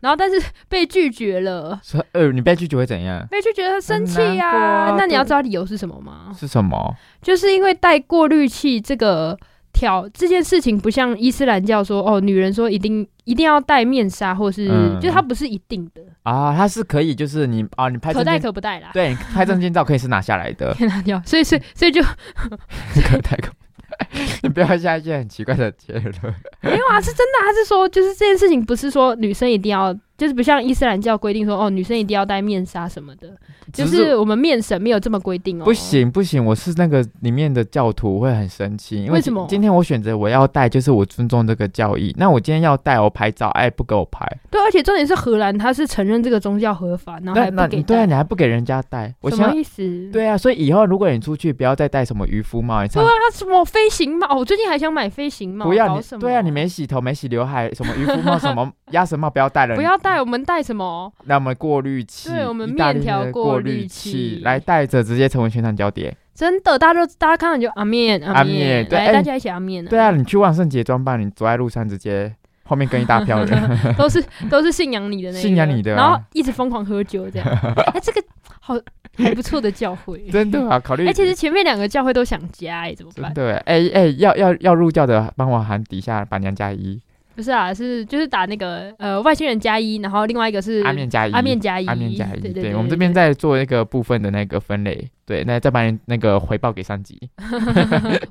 然后但是被拒绝了，
说，呃，你被拒绝会 怎样？
被拒绝她生气呀、
很难过啊
那你要
对
知道理由是什么吗？
是什么？
就是因为带过滤器这个条这件事情，不像伊斯兰教说哦，女人说一定一定要戴面纱，或是、
嗯
就是它不是一定的，
啊，它是可以，就是你啊，你拍
可
证
戴
件，
可不戴啦。，
对，你拍证件照可以是拿下来的
天哪，掉，所以所以所以就
可太可。 你不要下一些很奇怪的结论。
没有啊，是真的啊。他是说，就是这件事情不是说女生一定要就是不像伊斯兰教规定说哦，女生一定要戴面纱什么的，就
只
是我们面神没有这么规定哦。
不，行不行，我是那个里面的教徒，我会很生气。因
为
为
什么
今天我选择我要戴，就是我尊重这个教义。那我今天要戴，我拍照，哎，不给我拍，
对，而且重点是荷兰它是承认这个宗教合法，然后
那
还
那
不
你
给
对啊，
戴，
你还不给人家戴，我
什
想
么意思？
对啊，所以以后如果你出去，不要再戴什么渔夫帽，你
对
上
啊，什么飞行帽？我最近还想买飞行帽，
不要
搞
你
什么？
对啊，你没洗头、没洗刘海，什么渔夫帽、什么 鸭舌帽，不要戴了。
不要戴，我们戴什么？
那么过滤器，
对我们
意大利
面条
的
过
过
滤
滤
器
来戴着直接成为全场焦点。
真的，大家都大家看到你就阿面
阿
面，
面对
来
哎
大家一起阿面啊，
对啊，你去万圣节装扮，你走在路上直接后面跟一大票人，
都是都是信仰你的那一个
信仰你的啊
然后一直疯狂喝酒这样。 哎，这个好还不错的教会，
真的啊，考虑。
哎，其实前面两个教会都想加，哎，怎么
真
办？
的哎哎，要要要入教的，帮我喊底下把娘加一，
不是啊，是就是打那个呃外星人加一，然后另外一个是
阿面加一，
阿面加一，
阿面加一。
对
我们这边在做一个部分的那个分类，对，那再把你那个回报给 上级，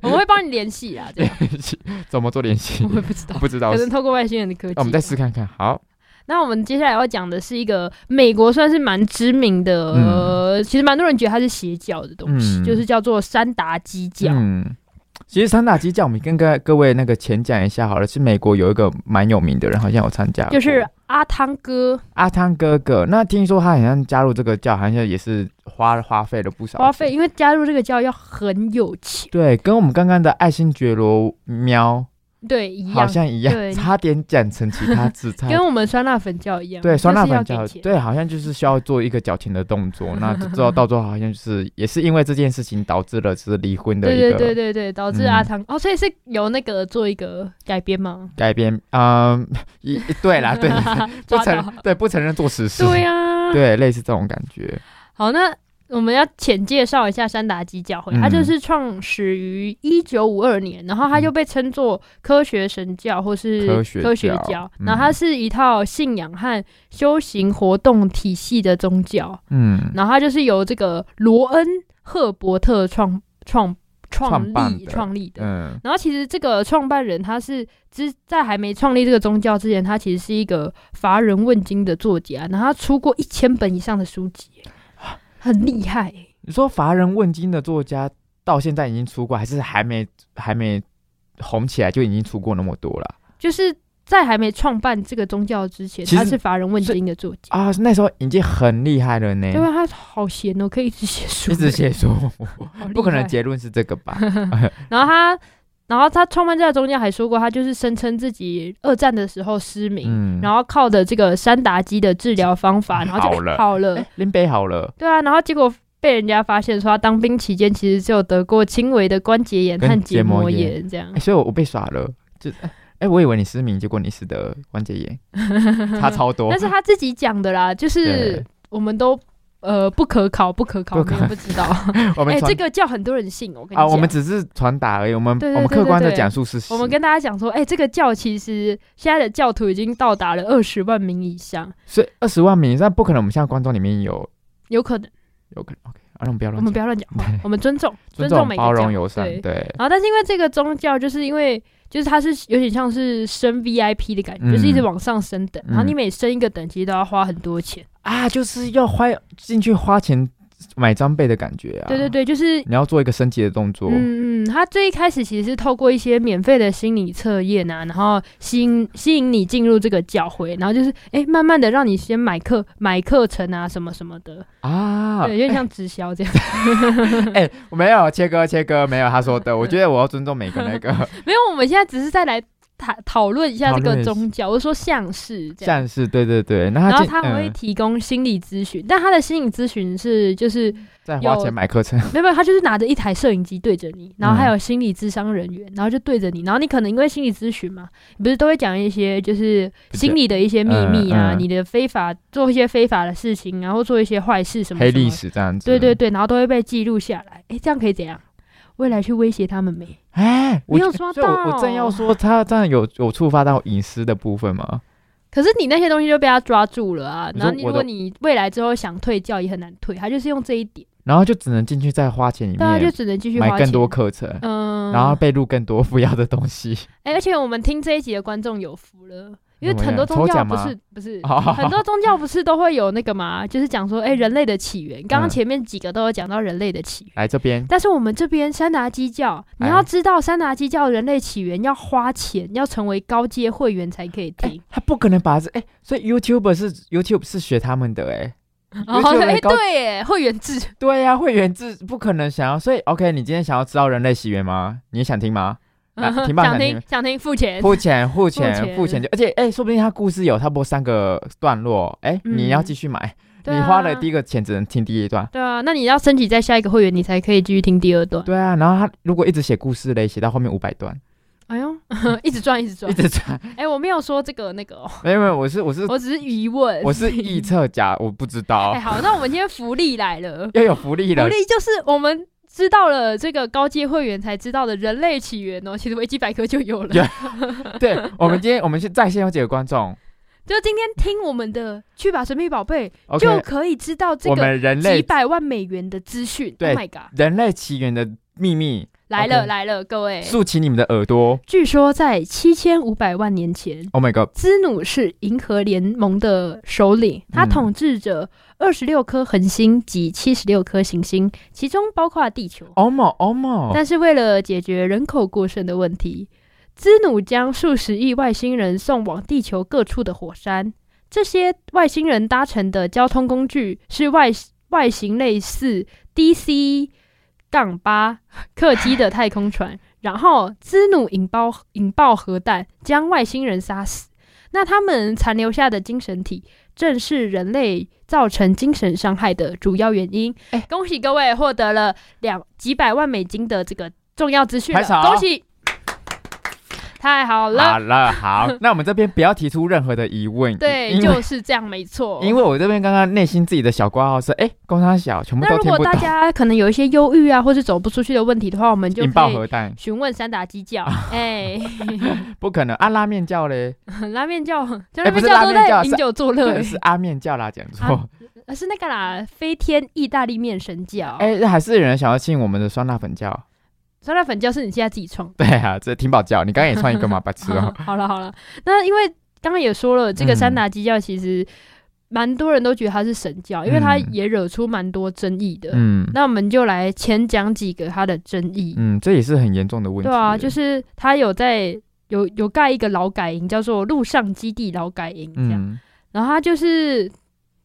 我们会帮你联系啊， 这样
怎么做联系
我？也不知道，
不知道
可，能透过外星人的科技。
那我们再试看看。好，
那我们接下来要讲的是一个美国算是蛮知名的，
嗯
呃，其实蛮多人觉得它是邪教的东西，
嗯
就是叫做山达基教。
嗯，其实三大鸡教，我们跟各各位那个浅讲一下好了，是美国有一个蛮有名的人，好像有参加过，
就是阿汤哥
阿汤哥哥。那听说他好像加入这个教，好像也是花花费了不少
花
钱
费，因为加入这个教要很有钱，
对，跟我们刚刚的爱新觉罗喵
对，一
好
样，
像一
对
样，差点讲成其 他字，差
跟我们酸辣粉教一样，
对酸辣粉
就是要
教
给钱，
对，好像就是需要做一个缴钱的动作。那之后到最后好像就是也是因为这件事情导致了就是离婚的
对
一
对
个
对对对，导致阿
嗯
汤、哦，所以是由那个做一个改编吗？
改编，嗯，一对啦，对，不
抓
承
到，
对不承认做实事，
对啊，
对，类似这种感觉。
好，那我们要浅介绍一下山达基教会，
嗯
它就是创始于一九五二年，然后它就被称作科学神教或是
嗯科学
科学
教
教，
嗯
然后它是一套信仰和修行活动体系的宗教，
嗯，
然后它就是由这个罗恩赫伯特创创创
创办
立
的
创立的，
嗯，
然后其实这个创办人他是之在还没创立这个宗教之前，他其实是一个乏人问津的作家，然后他出过一千本以上的书籍，
啊
很厉害。
你说乏人问津的作家到现在已经出过，还是还没还没红起来就已经出过那么多了
就是在还没创办这个宗教之前，
其
他
实
是乏人问津的作家，
啊？那时候已经很厉害了呢
因，为他好闲哦，可以一直写书，
一直写书，
好厉害
不可能结论是这个 吧？
然后他，然后他创办这个宗教还说过，他就是声称自己二战的时候失明。
嗯，
然后靠的这个山达基的治疗方法，然后就
好了
好了，
哎林北好了，
对啊，然后结果被人家发现说他当兵期间其实只有得过轻微的关节炎
跟
和结膜
结膜
炎这样
哎，。所以我我被耍了，就哎，我以为你失明，结果你是得关节 炎，差超多
但。是他自己讲的啦，就是
对
我们都呃不可考，不可考，
不
我
可
们也不知道。
我
哎、
们
这
传
个叫很多人信，我跟你讲。
啊，我们只是传达而已，我们
对对
我们
对
客观
对
的
对
讲述事实。
我们跟大家讲说，哎、这个教其实现在的教徒已经到达了二十万名以上，
所以二十万名，那不可能，我们现在观众里面有
有可能。
有可能 OK，啊，那我们不要
我
乱
们
讲
不，要乱讲话
对，
我们尊重，
尊
重每个
包容
教
友善
对，
对，
然后，但是因为这个宗教，就是因为就是它是有点像是升 VIP 的感觉，
嗯
就是一直往上升等，
嗯
然后你每升一个等级都要花很多钱。
啊，就是要花进去花钱买装备的感觉啊。
对对，对，就是。
你要做一个升级的动作。
嗯嗯，它最一开始其实是透过一些免费的心理测验啊，然后吸引吸引你进入这个教会，然后就是哎、慢慢的让你先买课买课程啊，什么什么的，
啊，
对，有点像直销这样。
我没有切割切割，没有他说的， 我觉得我要尊重每个那个
没有，我们现在只是再来讨讨论一下这
讨
个
论一下
宗教，我说像是这样。
战士，对对对。那
然
他
后
进
他还会
嗯
提供心理咨询，但他的心理咨询是 就是
再花
有
钱买课程，
没有没有，他就是拿着一台摄影机对着你，然后
嗯
还有心理咨商人员，然后就对着你，然后你可能因为心理咨询嘛，你不是都会讲一些就是
比较
心理的一些秘密啊，
嗯嗯
你的非法做一些非法的事情，然后做一些坏事什么
黑
什么
历，史这样子。
对对，对，然后都会被记录下来。诶，这样可以怎样？未来去威胁他们没？
哎，我
没有
觉
抓
所以我
到
我正要说，他这样有有触发到隐私的部分吗？
可是你那些东西就被他抓住了啊，
你
然后
说
你
我
如果
的
你未来之后想退教也很难退，他就是用这一点，
然后就只能进去再花钱里
大啊家就
面
只能继续花
买
钱。
更多课程，
嗯，
然后被录更多不要的东西。
哎、而且我们听这一集的观众有福了，因为很多
怎
宗
么样抽
教
奖
不
吗。
是不是
哦
很多宗教不是都会有那个嘛，就是讲说，哎、人类的起源。刚刚
嗯
前面几个都有讲到人类的起源，
来这边，
但是我们这边山达基教，你
哎
要知道山达基教人类起源要花钱，要成为高阶会员才可以
哎、
听。
他不可能把这哎、所以 YouTube 是 YouTube 是学他们的哎、
然后
YouTube
哎、
的高
对耶，会员 制，
对呀、会员制不可能想要，所以 OK，你今天想要知道人类起源吗？你想听吗？啊挺 棒
想
的
听想哎听付钱。
付钱，付钱，
钱
付钱就，而且哎、说不定他故事有差不多三个段落，哎、
嗯
你要继续买，
对
你
啊
花了第一个钱只能听第一段。
对啊，那你要升级再下一个会员，你才可以继续听第二段。
对啊，然后他如果一直写故事嘞，写到后面五百段，
哎呦， 一直赚一直赚
一。直传。
哎、我没有说这个那个、哦，
没有没有，我是我是
我只是疑问。
我是臆测家，我不知道，
哎、，好，那我们今天福利来了
又有福利
福
了。
利就是我们知道了这个高阶会员才知道的人类起源哦，其实维基百科就有了。
有对我们今天我们去在线有几个 观众
就今天听我们的《去吧，神秘宝贝》
，OK，
就可以知道这
我
个
们人
几
类
百万美元的资讯。
对
Oh my god，
人类起源的秘密，
来了
OK
来了，各位！
竖起你们的耳朵。
据说在七千五百万年前，
Oh my god！
兹努是银河联盟的首领，他
嗯
统治着二十六颗恒星及七十六颗行星，其中包括地球。
哦莫哦莫，
但是为了解决人口过剩的问题，兹努将数十亿外星人送往地球各处的火山。这些外星人搭乘的交通工具是外外形类似 DC 杠八 客机的太空船。然后兹努引爆引爆核弹，将外星人杀死。那他们残留下的精神体，正是人类造成精神伤害的主要原因。
哎
恭喜各位获得了两几百万美金的这个重要资讯了
拍手啊
恭喜！太好了，
好了好，那我们这边不要提出任何的疑问，
对，
因为
就是这样，没错。
因为我这边刚刚内心自己的小挂号是，哎，工商小全部
那
都
如
听
果
不
大
懂，
家可能有一些忧郁啊，或是走不出去的问题的话，我们就
引爆
可以
核啊弹，
询问三打鸡教。哎，
不可能啊！拉面教嘞，
拉面教，就拉
哎不
面
是
教
拉
都
面教
在
是
饮酒作乐
这，是阿面教啦，讲错
啊。呃是那个啦，飞天意大利面神教。
哎，还是有人想要信我们的酸辣粉教？
酸辣粉教是你现在自己创的。
对啊，这挺饱教，你刚刚也算一个嘛，白 痴哦。
好了好了，那因为刚刚也说了，这个
嗯
三打基教其实蛮多人都觉得它是神教，因为它
嗯
也惹出蛮多争议的。
嗯
那我们就来浅讲几个它的争议。
嗯，这也是很严重的问题。
对啊，就是是它有在有有盖一个劳改营，叫做陆上基地劳改营这样。
嗯，
然后它就是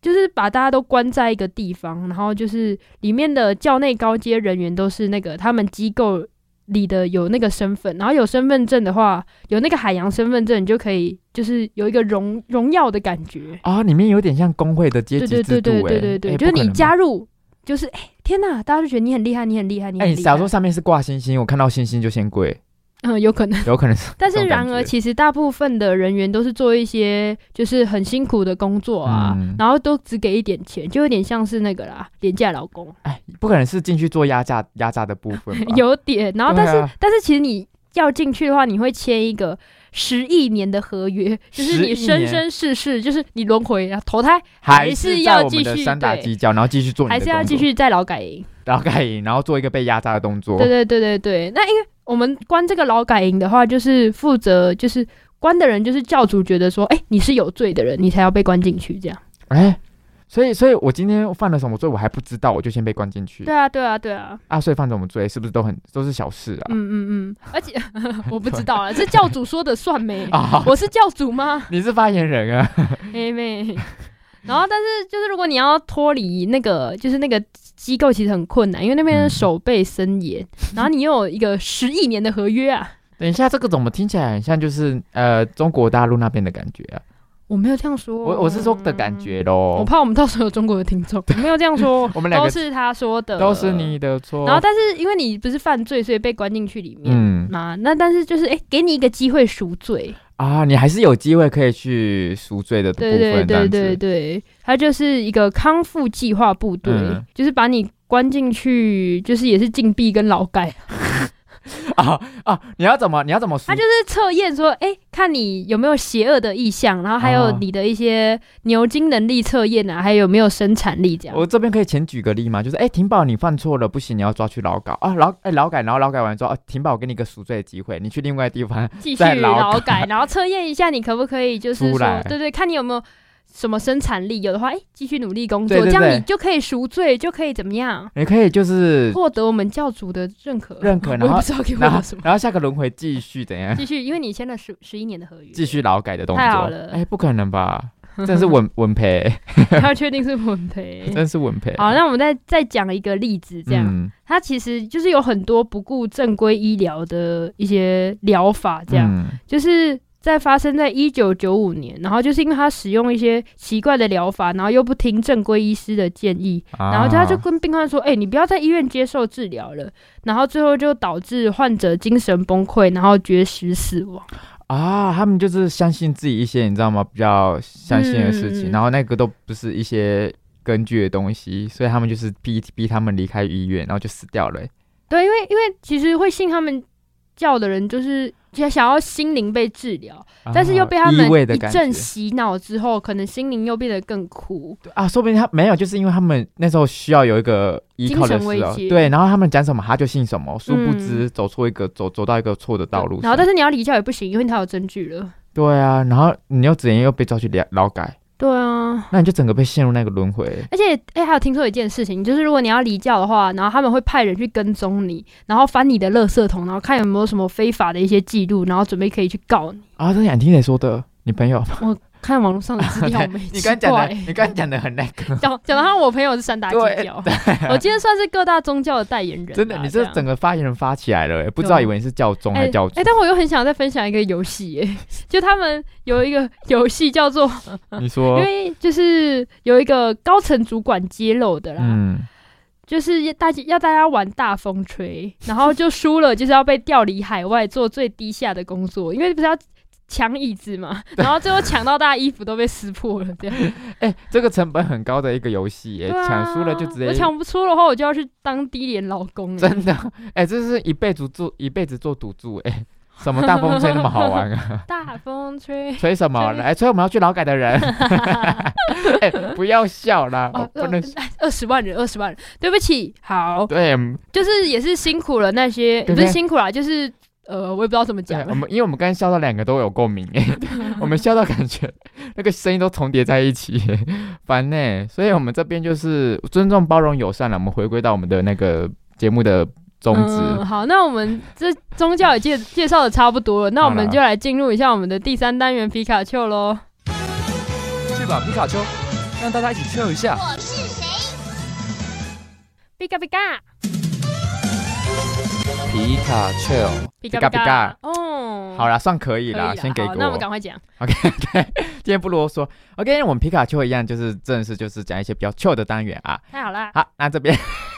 就是把大家都关在一个地方，然后就是里面的教内高阶人员都是那个他们机构里的有那个身份，然后有身份证的话，有那个海洋身份证，你就可以就是有一个荣荣耀的感觉。
啊，里面有点像工会的阶
对
级
对对
制度，
对
哎，
对对对，
哎
就是你。
不可能吧
加入，就是哎、天呐，大家就觉得你很厉害，你很厉害，你很
哎，
厉
你
害。
假如说上面是挂星星，我看到星星就先跪，
嗯，有可能。
有可能是这种感觉。
但是然而，其实大部分的人员都是做一些就是很辛苦的工作啊，
嗯
然后都只给一点钱，就有点像是那个啦，廉价劳工，？
哎，不可能是进去做压榨压榨的部分 吧
有点。然后
对
但
啊
是、但是其实你要进去的话，你会签一个十亿年的合 约，就是你
11
生
年
生世世，就是你轮回然后投胎，
还
还是
是
要
在我们的
继续
三打
对
鸡教，然后继续做你的
还是要
工
继
作，
续再劳改营。
然后盖营，然后做一个被压榨的动作。
对对对对对，那因为我们关这个劳改营的话，就是负责就是关的人，就是教主觉得说，哎、你是有罪的人，你才要被关进去这样。
哎，所以，所以我今天犯了什么罪，我还不知道，我就先被关进去
对啊，对啊，对啊。
啊！所以犯什么罪，是不是都很都是小事啊？
嗯嗯嗯，而且 我不知道啊，是教主说的算 没？
啊，
我是教主吗？
你是发言人啊？
妹妹。然后，但是就是如果你要脱离那个，就是那个机构，其实很困难，因为那边
嗯
守备森严，然后你又有一个十亿年的合约啊。
等一下，这个怎么听起来很像就是呃中国大陆那边的感觉啊？
我没有这样说，
我我是说的感。觉
哦我
咯。，
怕我们到时候有中国的听众， 我没有这样说
我们两
都
个
是他说的，
都是。你的错。
然后，但是因为你不是犯罪，所以被关进去里面
嗯
嘛。那但是就是，哎，给你一个机会赎罪，
啊，你还是有机会可以去赎罪的部
对对
分，这
对
样
对
子。
对，它就是一个康复计划部队，
嗯
就是把你关进去，就是也是禁闭跟劳改，
啊啊！你要怎么你要怎么说
他就？是测验说，哎、看你有没有邪恶的意向，然后还有
哦
你的一些牛津能力测验啊，还有没有生产力这样。
我这边可以前举个例吗？就是哎，婷宝你犯错了，不行，你要抓去劳改啊，劳哎劳改，然后劳改完之后，啊，婷宝我给你一个赎罪的机会，你去另外地方
继续
再劳
劳改，然后测验一下你可不可以，就是
出
说
来，
对对，看你有没有什么生产力，有的话，哎，继续努力工作，
对对
这样
对
你就可以赎罪，就可以怎么样，
你可 以就是
获得我们教主的认可。
认可，
我
然
也
后
不知道给
然
我
后
什么，
然后下个轮回继续怎 样？
继续，因为你签了十十一年的合约，
继续劳改的动作。
太好了
哎，不可能吧？真 是稳稳赔，
要确定是文 培。
真是稳赔。
好，那我们再再讲一个例子，这样，
嗯
它其实就是有很多不顾正规医疗的一些疗法，这样。
嗯
就是在发生在一九九五年，然后就是因为他使用一些奇怪的疗法，然后又不听正规医师的建议，然后他就
啊
跟病患说：“哎、你不要在医院接受治疗了。”然后最后就导致患者精神崩溃，然后绝食死亡。
啊，他们就是相信自己一些你知道吗？比较相信的事
嗯
情，
嗯嗯
然后那个都不是一些根据的东西，所以他们就是逼逼他们离开医院，然后就死掉了欸、
对，因为因为其实会信他们教的人，就是想想要心灵被治疗，但是又被他
啊依偎
们
的
一
感
阵
觉
洗脑之后，可能心灵又变得更苦。
啊，说不定他没有，就是因为他们那时候需要有一个依靠
精神
的时候，
慰藉
对，然后他们讲什么他就信什么，殊不
嗯
知走错一个、走走到一个错的道路上。
然后但是你要离教也不行，因为他有证据了。
对啊，然后你又直接又被抓去劳劳改，
对啊，
那你就整个被陷入那个轮回。
而且，哎、还有听说一件事情，就是如果你要离教的话，然后他们会派人去跟踪你，然后翻你的垃圾桶，然后看有没有什么非法的一些记录，然后准备可以去告你。
啊，这想听谁说的？你朋友？
看网络上的资料， 我们
你
也奇
刚讲
怪
的，你刚讲的很那 个，
讲讲到他我朋友是三打基教，我今天算是各大宗教的代言人啊、
真的，你
这
这
样
整个发言人发起来了欸，不知道以为你是教宗还
哎
是教主
哎、但我又很想再分享一个游戏，哎，就他们有一个游戏叫做，
你
因
说，
为就是有一个高层主管揭露的啦，
嗯，
就是大家要大家玩大风吹，然后就输了，就是要被调离海外做最低下的工作，因为不是要抢椅子嘛，然后最后抢到大家衣服都被撕破了，这样。
哎，这个成本很高的一个游戏耶，
对啊
抢输了就直
我
接
抢不出的话，我就要去当低廉劳工、欸。
真的，哎，这是一辈子做一辈子做赌注，哎，什么大风吹那么好玩啊？
大风吹，
吹什么？
吹
来吹我们要去劳改 的人，哎，不要笑啦，我
哦，
不能。
二十万人，二十万人，对不起，好，
对，嗯
就是也是辛苦了那些，
对
不是
对
辛苦啦，就是呃，我也不知道怎么
对
讲，
我们因为我们刚才笑到两个都有共鸣， 哎，我们笑到感觉那个声音都重叠在一起， 哎烦呢、所以我们这边就是尊重、包容、友善了。我们回归到我们的那个节目的宗旨。
嗯。好，那我们这宗教也 介介绍的差不多了，那我
好
们
啦
就来进入一下我们的第三单元皮卡丘喽。
去吧，皮卡丘，让大家一起 chill 一下。
皮卡皮卡，
皮卡丘，
皮
皮卡皮卡，
哦，
好啦，算可以
可以
啦，
啦，
先给
好
过。
那我们赶快讲，
OK，对，今天不啰嗦。OK，我们皮卡丘一样，就是正式就是讲一些比较 chill 的单元啊。
太好啦。
好，那这边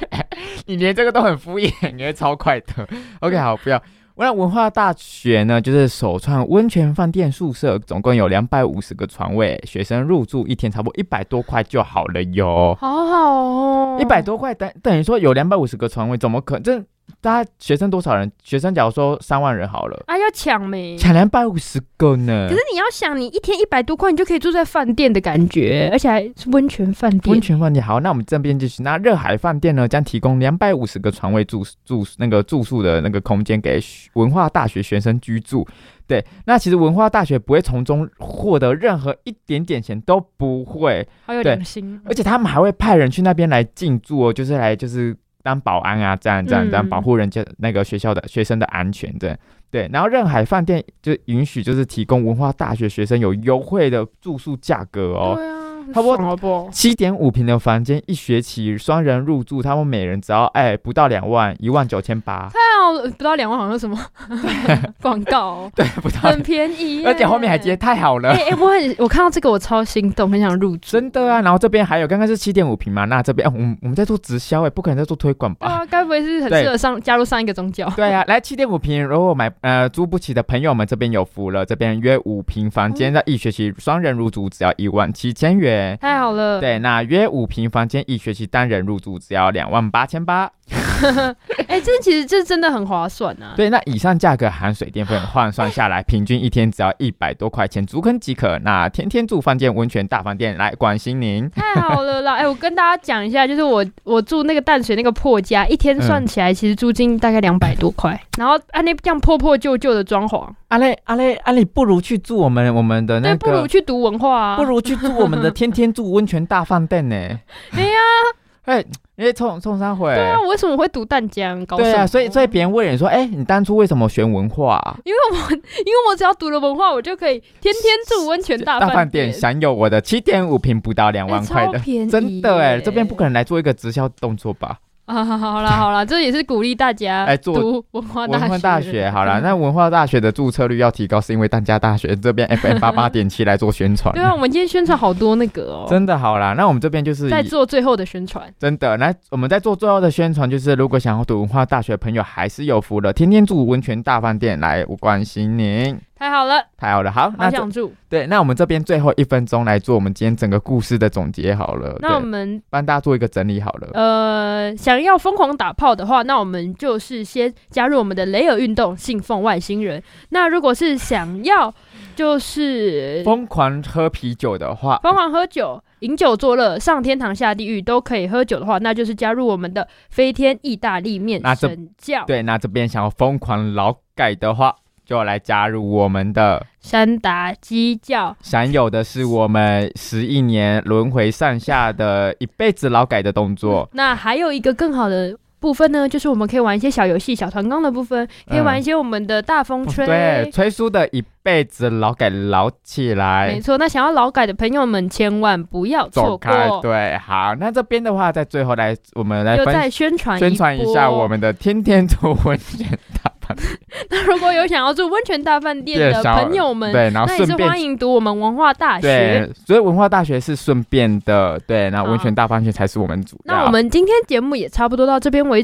你连这个都很敷衍，你会超快的。OK，好，不要。那文化大学呢，就是首创温泉饭店宿舍，总共有两百五十个床位，学生入住一天差不多一百多块就好了哟。
好好哦，
一百多块等等于说有两百五十个床位，怎么可能？这大家学生多少人？学生假如说三万人好了，
啊，要抢没？
抢两百五十个呢
可是。你要想，你一天一百多块，你就可以住在饭店的感觉，而且还是温泉饭
温
店。
泉饭店好，那我们这边继续。那热海饭店呢，将提供两百五十个床位住住那个住宿的那个空间给学文化大学学生居住。对，那其实文化大学不会从中获得任何一点点钱，都不会，
好有
对
良心，
而且他们还会派人去那边来进驻哦，就是来就是当保安啊，这样这样这样
嗯
保护人家那个学校的学生的安全这样。对，然后任海饭店就允许就是提供文化大学学生有优惠的住宿价格哦。
对啊，
差不多
爽好不好？
七点五平的房间，一学期双人入住，他们每人只要哎不到两万，一万九千 八，
太好了，不到两万好像 什么广告哦，
对，不到
很，便宜耶，
哎 而且后面还接太好了，
哎、哎、我很我看到这个我超心动，很想入住。
真的啊。然后这边还有刚刚是七点五平嘛，那这边、哎我们我们在做直销哎、不可能在做推广
对
吧？
啊，该不会是很适合上加入上一个宗教？
对啊，来七点五平，如果买呃租不起的朋友们这边有福了，这边约五平房
嗯
间，在一学期双人入住只要一万七千元。
太好了，
对，那约五平房间一学期单人入住只要两万八千八，
哎、这其实这真的很划算啊！
对，那以上价格含水电费换算下来，平均一天只要一百多块钱，足坑即可。那天天住饭店、温泉大饭店，来关心您。
太好了啦！哎、我跟大家讲一下，就是我我住那个淡水那个破家，一天算起来其实租金大概两百多块，
嗯
然后啊按那这样破破旧旧的装潢，
阿嘞阿嘞阿嘞，不如去住我们我们的那
对，不如
个，
去读文化啊，
不如去住我们的天天住温泉大饭店呢。
哎呀，
哎，因为冲冲山回。
对啊，我为什么会读淡江？搞
对
什
啊，
么
所以所以别人问你说，哎、你当初为什么选文化、
因为我因为我只要读了文化，我就可以天天住温泉大
饭
店，
享有我的七点五平不到两万
哎
块的
超，便宜
真的哎、
耶
这边不可能来做一个直销动作吧？
啊！好啦好啦，这也是鼓励大家
哎做
读文化大
文化大学好 了，
嗯
那文化大学的注册率要提高，是因为淡江大学 这边 FM 八八点七来做宣传
对，啊，我们今天宣传好多那个哦，
真的好啦，那我们这边就是
在
以
做最后的宣传。
真的，来，我们在做最后的宣传，就是如果想要读文化大学的朋友，还是有福了，天天住温泉大饭店，来，我关心您，
太好了，
太好了，好，
好
那这
想住。
对，那我们这边最后一分钟来做我们今天整个故事的总结好了，
那我
对，
们
帮大家做一个整理好了。
呃，想要疯狂打炮的话，那我们就是先加入我们的雷尔运动，信奉外星人。那如果是想要就是
疯狂喝啤酒的话，
疯狂喝酒、饮酒作乐、上天堂下地狱都可以喝酒的话，那就是加入我们的飞天意大利面
那这
神教
对，那这边想要疯狂劳改的话，就来加入我们的。
山达基教。
享有的是我们十一年轮回上下的一辈子劳改的动作。
那还有一个更好的。部分呢，就是我们可以玩一些小游戏、小团纲的部分，可以玩一些我们的大风吹，
嗯哦对，崔叔的一辈子劳改劳起
没
来，
错，那想要劳改的朋友们，千万不要
走
错
开。
过。
对，好，那这边的话，在最后来，我们来
又
分
再宣传
宣传一
波
下我。们的天天做温泉大饭店。
那如果有想要住温泉大饭店
对
的
想要
朋友们，
对，然后
那也
顺
是
便
欢迎读我们文化大学。
对，所以文化大学是顺便的，对，那温泉大饭店才是我们主要。
那我们今天节目也差不多到这边为止。